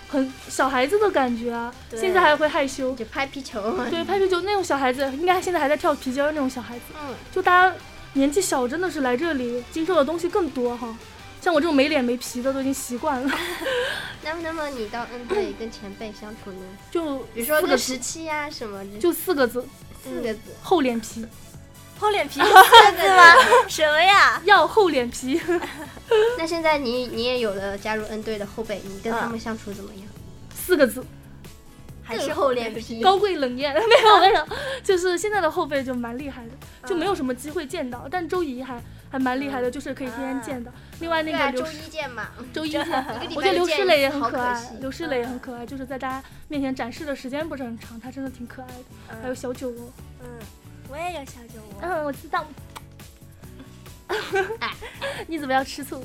Speaker 2: 很小孩子的感觉啊。
Speaker 1: 对
Speaker 2: 现在还会害羞
Speaker 3: 你，就拍皮球嘛。
Speaker 2: 对，拍皮球那种小孩子，应该现在还在跳皮筋儿那种小孩子。
Speaker 3: 嗯，
Speaker 2: 就大家年纪小，真的是来这里经受的东西更多哈。像我这种没脸没皮的都已经习惯了，
Speaker 3: 那么那么你到 N 队跟前辈相处呢？
Speaker 2: 就
Speaker 3: 比如说
Speaker 2: 四个
Speaker 3: 跟
Speaker 2: 字
Speaker 3: 十七呀什么的，
Speaker 2: 就四个字，
Speaker 3: 四个字。
Speaker 2: 厚脸皮，
Speaker 1: 厚脸 皮三个字吗？什么呀？
Speaker 2: 要厚脸皮。
Speaker 3: 那现在你你也有了加入 N 队的后辈，你跟他们相处怎么
Speaker 2: 嗯
Speaker 3: 样？
Speaker 2: 四个字，
Speaker 1: 还是
Speaker 3: 厚脸皮
Speaker 2: 高贵冷艳， 没有没有，就是现在的后辈就蛮厉害的，就没有
Speaker 3: 嗯
Speaker 2: 什么机会见到，但周怡还还蛮厉害的，就是可以天天见到。另外那
Speaker 3: 啊对
Speaker 2: 个
Speaker 3: 啊，
Speaker 2: 刘
Speaker 3: 周
Speaker 2: 诗
Speaker 3: 一见 嘛，
Speaker 2: 周一见，
Speaker 3: 一个礼拜
Speaker 2: 我觉得刘诗蕾也很
Speaker 3: 见
Speaker 2: 可
Speaker 3: 一次好可
Speaker 2: 爱
Speaker 3: 惜，
Speaker 2: 刘诗蕾也很可爱，就是在大家面前展示的时间不是很长，她真的挺可爱的。还有小酒窝，
Speaker 1: 嗯，我也有小酒窝。
Speaker 2: 嗯，我知道。
Speaker 3: 嗯哎
Speaker 2: 你怎么要吃醋？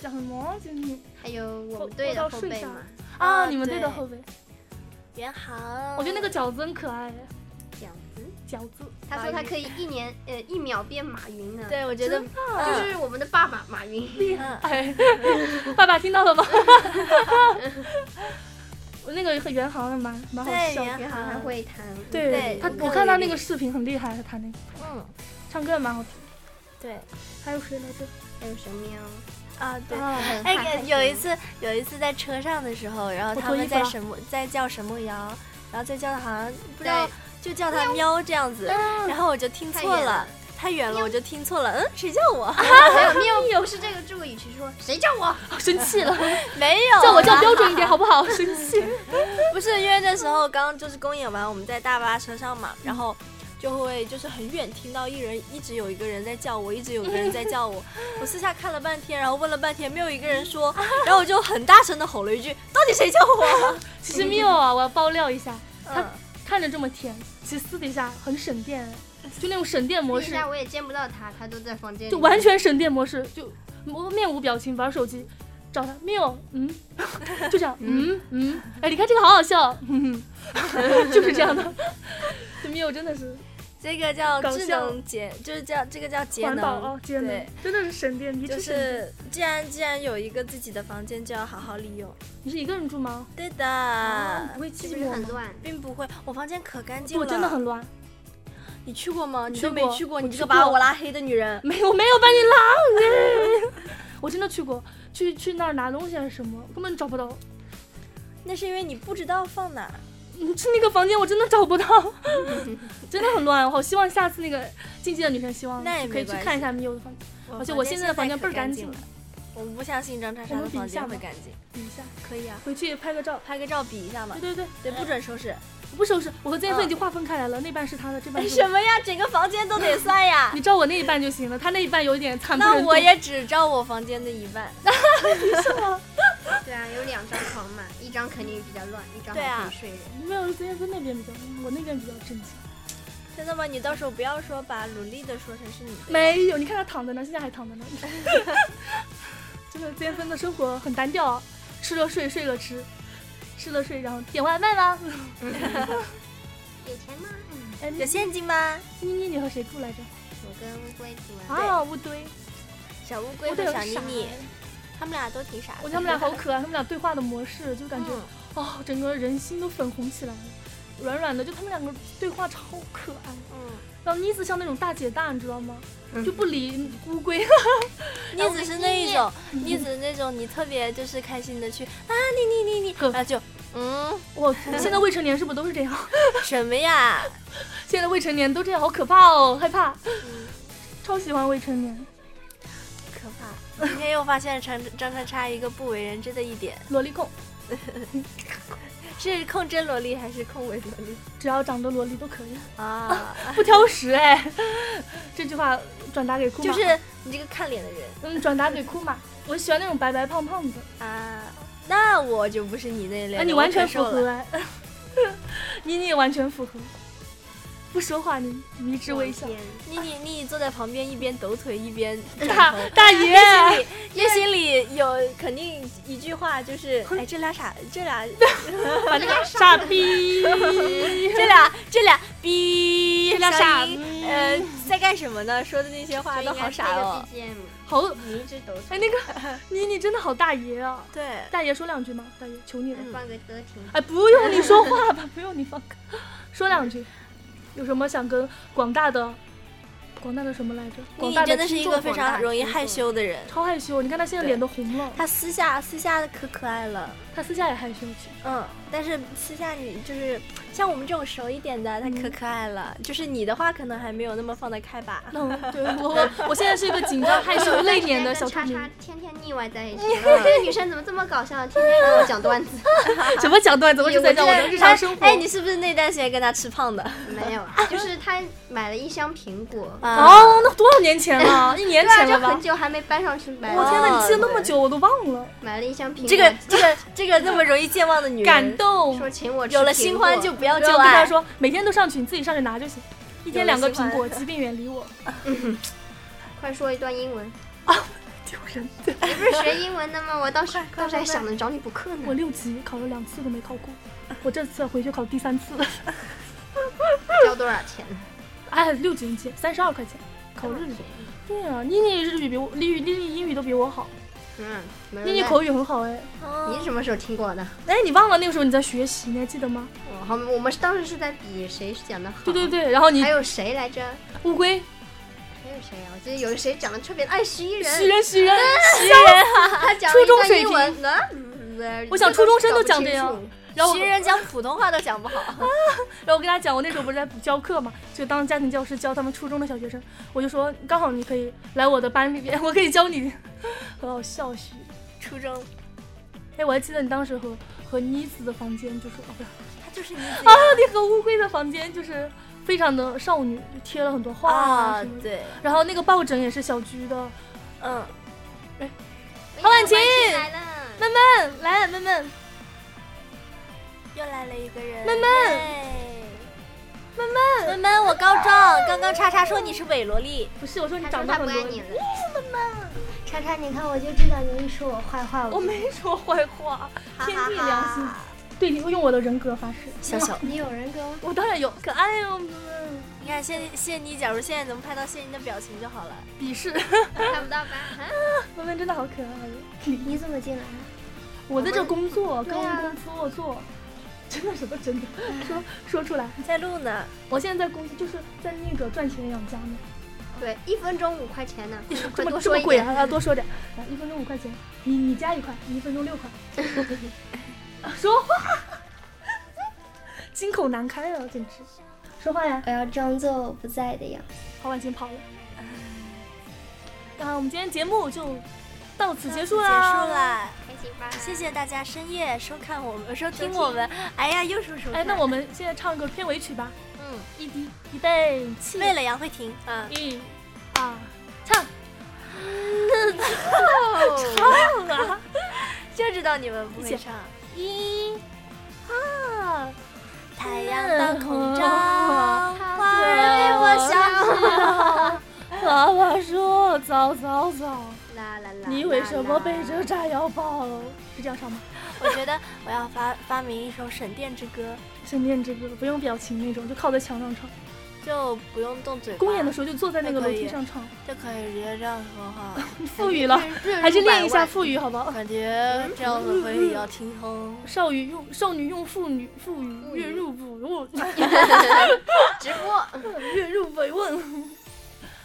Speaker 2: 讲什么？就你
Speaker 3: 还有我
Speaker 2: 我
Speaker 3: 们队
Speaker 2: 我
Speaker 3: 的
Speaker 2: 要
Speaker 3: 后
Speaker 2: 睡
Speaker 3: 辈
Speaker 2: 着
Speaker 3: 嘛，
Speaker 2: 啊，
Speaker 1: 啊
Speaker 2: 你们队的
Speaker 1: 对
Speaker 2: 后辈，
Speaker 1: 袁航，
Speaker 2: 我觉得那个饺子很可爱，
Speaker 3: 饺子。
Speaker 2: 饺子。
Speaker 3: 嗯他说他可以一年呃一秒变马云呢，，
Speaker 1: 对，我觉得嗯
Speaker 2: 真
Speaker 3: 就
Speaker 1: 就是
Speaker 3: 我们的爸爸马云。
Speaker 2: 哎，爸爸听到了吗？我 那个和袁航的蛮哦蛮好
Speaker 1: 对
Speaker 2: 笑的，
Speaker 1: 袁
Speaker 3: 然后还会弹，
Speaker 1: 啊对
Speaker 2: 他
Speaker 1: 我
Speaker 2: 我
Speaker 1: 看
Speaker 2: 看
Speaker 1: 了
Speaker 2: 他
Speaker 1: 那
Speaker 2: 那
Speaker 1: 个
Speaker 2: 个视频很厉害，他那个
Speaker 1: 嗯，
Speaker 2: 唱歌也蛮好听。
Speaker 1: 对
Speaker 2: 还有谁来着？
Speaker 3: 还有神喵，
Speaker 1: 啊对。
Speaker 2: 啊，
Speaker 1: 哎，给有一次，有一次在车上的时候，然后
Speaker 2: 我
Speaker 1: 他
Speaker 2: 脱
Speaker 1: 们
Speaker 2: 衣服
Speaker 1: 在
Speaker 2: 了
Speaker 1: 什么在叫什么羊，然后再叫他好像不
Speaker 3: 不
Speaker 1: 知道，就叫他喵这样子，然后我就听
Speaker 3: 太
Speaker 1: 错
Speaker 3: 远
Speaker 1: 了
Speaker 3: 了，
Speaker 1: 太远了，我就听错了，嗯，谁叫我？
Speaker 3: 还有喵，不是这个这个语气说谁叫我？
Speaker 2: 好哦生气 了，
Speaker 1: 啊没有啦，啊
Speaker 2: 叫我叫标准一点好 不好？生气。
Speaker 1: 不是因为那时候刚就是公演完，我们在大巴车上嘛，然后就会就是很远听到一人一直有一个人在叫我，一直有一个人在叫我。我私下看了半天，然后问了半天，没有一个人说，然后我就很大声的吼了一句：“到底谁叫我
Speaker 2: 其实缪啊，我要爆料一下，？”
Speaker 1: 嗯
Speaker 2: 他看着这么甜，其实私底下很省电，就那种省电模
Speaker 3: 等一
Speaker 2: 式，
Speaker 3: 下我也见不到他，他都在房间里，
Speaker 2: 就完全省电模式，就我面无表情玩手机，找他缪，嗯， 就这样，嗯嗯，哎，你看这个好好笑，嗯， 就是这样的， 就缪真的是
Speaker 1: 这个叫
Speaker 2: 搞
Speaker 1: 智
Speaker 2: 笑
Speaker 1: 能节，就是叫这个叫节
Speaker 2: 环
Speaker 1: 能。
Speaker 2: 保啊，节能
Speaker 1: 对，
Speaker 2: 真的是省电，你
Speaker 1: 就
Speaker 2: 真省电
Speaker 1: 是，既然既然有一个自己的房间，就要好好利用。
Speaker 2: 你是一个人住吗？哦
Speaker 1: 对的，
Speaker 2: 不会
Speaker 3: 是
Speaker 1: 啊
Speaker 2: 寂
Speaker 3: 不是
Speaker 2: 寞
Speaker 3: 很
Speaker 2: 吗？
Speaker 3: 乱？
Speaker 1: 并不会。我房间可干净了，
Speaker 2: 我真的很乱，
Speaker 1: 你去过吗？你
Speaker 2: 去
Speaker 1: 都没
Speaker 2: 过
Speaker 1: 去过，
Speaker 2: 我
Speaker 1: 你
Speaker 2: 去
Speaker 1: 这个把
Speaker 2: 过
Speaker 1: 我拉黑的女人。
Speaker 2: 没有没有把你拉 我真的去过，去去那儿拿东西还是什么，根本找不到。
Speaker 1: 那是因为你不知道放哪儿。
Speaker 2: 嗯去那个房间我真的找不到， 真的很乱。我好希望下次那个进阶的女生，希望
Speaker 1: 那也
Speaker 2: 可以
Speaker 1: 没
Speaker 2: 去
Speaker 1: 关系
Speaker 2: 看一下米友的房间，而且我现在的房间倍儿干净了
Speaker 1: 我不相信张叉叉
Speaker 2: 我
Speaker 1: 的
Speaker 2: 们比一
Speaker 1: 房间
Speaker 2: 下
Speaker 1: 会
Speaker 2: 吧
Speaker 1: 干净。
Speaker 2: 比一下，
Speaker 1: 可以啊，
Speaker 2: 回去拍个照。
Speaker 1: 拍个照比一下嘛
Speaker 2: 对。对对，
Speaker 1: 对，不准收拾。
Speaker 2: 我不收拾，我和曾飞已经划分开来了，那半是他的，这 半
Speaker 1: 哎，
Speaker 2: 是我
Speaker 1: 什
Speaker 2: 的。
Speaker 1: 么呀？整个房间都得算呀
Speaker 2: 你。照我那一半就行了，他那一半有一点惨不
Speaker 1: 那
Speaker 2: 忍睹。
Speaker 1: 我也只照我房间的一半。
Speaker 3: 对啊，有两张床嘛，一张肯定比较乱，一张
Speaker 1: 对啊
Speaker 3: 还可以睡人。
Speaker 2: 没有曾飞那边比较，我那边比较正经。
Speaker 1: 真的吗？你到时候不要说把鲁丽的说成是你的。
Speaker 2: 没有，你看他躺在那儿，现在还躺 在那儿。真的，曾飞的生活很单调，吃了睡，睡了吃，吃了睡，然后点外 卖啦。
Speaker 3: 有钱吗？
Speaker 2: 哎，
Speaker 1: 有现金吗？
Speaker 2: 妮妮，你和谁住来着？
Speaker 3: 我跟乌龟住啊。
Speaker 2: 啊，乌堆，
Speaker 1: 小乌龟
Speaker 2: 乌
Speaker 1: 和
Speaker 2: 堆
Speaker 1: 小
Speaker 2: 很
Speaker 1: 妮
Speaker 2: 傻
Speaker 1: 妮，
Speaker 2: 哎
Speaker 1: 他们俩都挺傻的。
Speaker 2: 我觉得他们俩好 可爱，他们俩对话的模式就感觉，
Speaker 1: 嗯
Speaker 2: 哦，整个人心都粉红起来了，软软的，就他们两个对话超可爱。
Speaker 1: 嗯，
Speaker 2: 然后妮子像那种大姐大，你知道吗？就不理乌 龟，
Speaker 1: 妮子是那一种，妮子那种你特别就是开心的去啊，你你你你，
Speaker 2: 梗
Speaker 1: 啊就嗯
Speaker 2: 我现在未成年是不是都是这样？
Speaker 1: 什么呀？
Speaker 2: 现在未成年都这样，好可怕哦，害怕。超喜欢未成年，
Speaker 1: 可怕！今天又发现了张张叉叉一个不为人知的一点，
Speaker 2: 萝莉控，
Speaker 1: 是控真萝莉还是控伪萝莉
Speaker 2: 只要长得萝莉都可以，
Speaker 1: 啊？
Speaker 2: 不挑食哎。 这句话转达给库玛，
Speaker 1: 就是你这个看脸的人
Speaker 2: 嗯，转达给库玛。我喜欢那种白白胖胖的，
Speaker 1: 啊，那我就不是你那类了，
Speaker 2: 哎，你完全
Speaker 1: 我可
Speaker 2: 符
Speaker 1: 瘦了。
Speaker 2: 合哎，妮妮也完全符合，不说话你迷之微笑，
Speaker 3: 天
Speaker 1: 你你你坐在旁边一边抖腿一边
Speaker 2: 大
Speaker 1: 转 头。
Speaker 2: 大爷，
Speaker 1: 叶心里有肯定一句话 就是，哎，这俩傻，这俩
Speaker 2: 把这个傻逼，
Speaker 1: 这俩这俩逼，
Speaker 2: 这俩
Speaker 1: 小
Speaker 2: 傻嗯
Speaker 1: 姨
Speaker 2: 逼
Speaker 1: 呃，在干什么呢？说的那些话
Speaker 3: 这
Speaker 1: 都
Speaker 3: 应该
Speaker 1: 好
Speaker 3: 配
Speaker 1: 傻
Speaker 3: 个
Speaker 1: 哦。
Speaker 3: BGM，
Speaker 2: 好，
Speaker 3: 你一直抖
Speaker 2: 哎，
Speaker 3: 腿，
Speaker 2: 那个妮妮真的好大爷啊！
Speaker 1: 对，
Speaker 2: 大爷说两句嘛，大爷，求你了。
Speaker 1: 嗯
Speaker 3: 放个歌听。
Speaker 2: 哎，不用你说话 吧，不用你放歌，说两句，有什么想跟广大的，广大的什么来着？广
Speaker 1: 你
Speaker 2: 大
Speaker 1: 真的是一
Speaker 2: 听众
Speaker 1: 个非
Speaker 2: 广大
Speaker 1: 常容易害羞的人。
Speaker 2: 超害羞，你看他现在脸都红了，
Speaker 1: 他私下私下可可爱了，
Speaker 2: 他私下也害 羞去。
Speaker 1: 嗯，但是私下你就是像我们这种熟一点的，他可可爱了。就是你的话可能还没有那么放得开吧。
Speaker 2: 那我嗯对我我我现在是一个 紧张、害羞、内敛的小兔
Speaker 3: 叉
Speaker 2: 女
Speaker 3: 叉。天天腻歪在一起，这个女生怎么这么搞笑？天天跟我讲段 子，
Speaker 2: 什么讲段子？我只在讲我的日常生活。
Speaker 1: 哎，你是不是那段时间跟他吃胖的？
Speaker 3: 没有啊，就是她买了一箱苹果，
Speaker 1: 啊，
Speaker 2: 哦，那多少年前 了？一年
Speaker 3: 对啊，
Speaker 2: 前
Speaker 3: 就
Speaker 2: 了
Speaker 3: 很
Speaker 2: 吧？
Speaker 3: 久还没搬上去买。
Speaker 2: 我天哪，你记得那么久，我都忘了，
Speaker 3: 买了一箱苹果，
Speaker 1: 这个这个这个那么容易健忘的女人，
Speaker 2: 感动。
Speaker 3: 说请我吃
Speaker 1: 有了新欢就
Speaker 3: 苹果
Speaker 1: 不要
Speaker 2: 然
Speaker 1: 旧
Speaker 2: 后跟他
Speaker 1: 爱。
Speaker 2: 说，每天都上去，你自己上去拿就行。一天两个苹果，疾病远离 我。
Speaker 3: 快说一段 英文。
Speaker 2: 丢人！
Speaker 3: 你不是学英文的吗？我当时当时还想着找你补课
Speaker 2: 我
Speaker 3: 呢。
Speaker 2: 六级考了两次都没考过，我这次回去考第三次了。
Speaker 3: 交多少钱？
Speaker 2: 哎，六级一届，三十二块钱，考日语。对啊，妮妮日语比我，妮妮妮妮英语都比我好，
Speaker 3: 嗯，没人
Speaker 2: 妮妮
Speaker 3: 问
Speaker 2: 口语很好哎。
Speaker 1: 哦
Speaker 3: 你是什么时候听过的？
Speaker 2: 哎，你忘了那个时候你在学习，你还记得吗？
Speaker 3: 我好，我们是当时是在比谁讲的好。
Speaker 2: 对对。对，然后你
Speaker 3: 还有谁来着？
Speaker 2: 乌龟
Speaker 3: 还有谁啊？我记得有谁讲的特别哎，徐艺人。
Speaker 2: 许人许 人，
Speaker 3: 他讲
Speaker 2: 初中
Speaker 3: 了一段
Speaker 2: 水
Speaker 3: 英
Speaker 2: 平
Speaker 3: 文嗯呢。
Speaker 2: 我想初中生都讲这样
Speaker 3: 搞不清楚。
Speaker 2: 然后我
Speaker 1: 学人讲普通话都讲不 好，
Speaker 2: 然后我跟大家讲，我那时候不是在补教课嘛，就当家庭教师教他们初中的小学生，我就说刚好你可以来我的班里面， 我可以教你，很好笑许。
Speaker 1: 初中
Speaker 2: 哎，我还记得你当时和和妮子的房间，就是哦不是，
Speaker 1: 他就是你自己
Speaker 2: 啊，你和乌龟的房间就是非常的少女，就贴了很多画
Speaker 1: 啊
Speaker 2: 什么，的。嗯
Speaker 1: 对，
Speaker 2: 然后那个抱枕也是小菊的，
Speaker 1: 嗯，
Speaker 3: 哎
Speaker 2: 王婉晴
Speaker 3: 来了，
Speaker 2: 慢慢来，慢慢
Speaker 1: 又来了一个人，
Speaker 2: 慢慢
Speaker 1: 慢，慢慢，慢慢，我告状，刚刚叉叉说你是伪萝莉，
Speaker 2: 不是我说你
Speaker 3: 他
Speaker 2: 长
Speaker 3: 说
Speaker 2: 得
Speaker 3: 他
Speaker 2: 很
Speaker 3: 不
Speaker 2: 多
Speaker 3: 爱你，了。
Speaker 5: 叉叉，你看我就知道你一说我坏话，
Speaker 2: 我没说坏话，
Speaker 1: 哈
Speaker 2: 天
Speaker 1: 哈
Speaker 2: 地良心
Speaker 1: 哈。，
Speaker 2: 对，你会用我的人格发誓，
Speaker 1: 小小，
Speaker 5: 你有人 格吗？
Speaker 2: 我当然有，可爱哦，
Speaker 1: 你看谢谢妮，假如现在能拍到谢妮的表情就好了。
Speaker 2: 鄙视，
Speaker 3: 看不到吧？啊
Speaker 2: 文文真的好可爱哦。
Speaker 5: 你怎么进来了？啊
Speaker 2: 我在这工作，
Speaker 5: 对
Speaker 2: 刚
Speaker 5: 啊
Speaker 2: 工作做，真的什么真的， 说说出来。
Speaker 1: 在录呢，
Speaker 2: 我现在在公司就是在那个赚钱养家嘛，
Speaker 3: 对，一分钟五块钱呢，快
Speaker 2: 这
Speaker 3: 多
Speaker 2: 么这
Speaker 3: 说
Speaker 2: 么
Speaker 3: 一
Speaker 2: 贵
Speaker 3: 点。
Speaker 2: 啊，要多说点，来一分钟五块钱，你你加一块，你一分钟六块， 说话， 金口难开啊，简直，说话呀，
Speaker 5: 我要装作我不在的样子。
Speaker 2: 好婉晴跑了。哎啊，我们今天节目就到此结束啦，
Speaker 1: 结束。啦。
Speaker 3: 开心吧，
Speaker 1: 谢谢大家深夜收看我们、收听我们。哎呀，又说说。
Speaker 2: 哎，那我们现在唱个片尾曲吧，
Speaker 1: 嗯，
Speaker 2: 一滴预备起，
Speaker 1: 为了杨慧婷，嗯，
Speaker 2: 一、二、唱。唱啊！
Speaker 1: 就知道你们不会
Speaker 2: 一起
Speaker 1: 唱。
Speaker 2: 一、二，
Speaker 1: 太阳当空照，花儿为我笑。
Speaker 2: 笑。爸爸说：“早早早，
Speaker 3: 啦啦啦！
Speaker 2: 你为什么 背
Speaker 3: 啦
Speaker 2: 着炸药包？”是这样唱吗？
Speaker 1: 我觉得我要发发明一首沈殿之歌，
Speaker 2: 闪电之歌不用表情那种，就靠在墙上唱。
Speaker 1: 就不用动嘴巴。
Speaker 2: 公演的时候就坐在那个楼
Speaker 1: 那可
Speaker 2: 梯
Speaker 1: 以
Speaker 2: 上唱，
Speaker 1: 就可以直接这样说话，
Speaker 2: 腹语了，
Speaker 3: 日
Speaker 2: 还是
Speaker 3: 入百
Speaker 2: 练一下
Speaker 3: 万
Speaker 2: 腹语好不好？
Speaker 1: 感觉这样子会比较轻松。
Speaker 2: 少女用少女用妇女妇语月入不入
Speaker 3: 直播，
Speaker 2: 月入百万。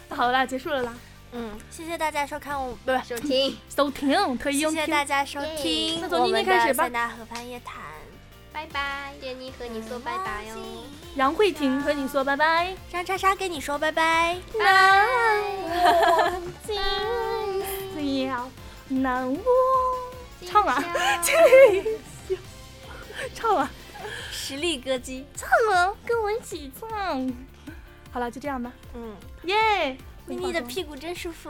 Speaker 2: 好啦，结束了啦，
Speaker 1: 嗯，谢谢大家收看我，不是，
Speaker 3: 收听，
Speaker 2: 收听可
Speaker 1: 谢
Speaker 2: 以哎用
Speaker 1: 谢
Speaker 2: 听嗯
Speaker 1: 大家收听
Speaker 2: 那从
Speaker 1: 我
Speaker 2: 今
Speaker 1: 们
Speaker 2: 天
Speaker 1: 的
Speaker 2: 开始
Speaker 1: 《
Speaker 2: 吧
Speaker 1: 塞纳河畔夜谈
Speaker 3: 拜拜，珍妮和你说拜拜
Speaker 1: 啊
Speaker 3: 哟、》。
Speaker 2: 嗯杨慧婷和你说拜拜。
Speaker 1: 张莎莎跟你说拜拜。
Speaker 2: 难忘 今宵，难忘。唱啊，唱啊，
Speaker 1: 实力歌姬，
Speaker 2: 唱啊，跟我一起唱。好了，就这样吧，
Speaker 1: 嗯，
Speaker 2: 耶！
Speaker 1: 妮妮的屁股真舒服。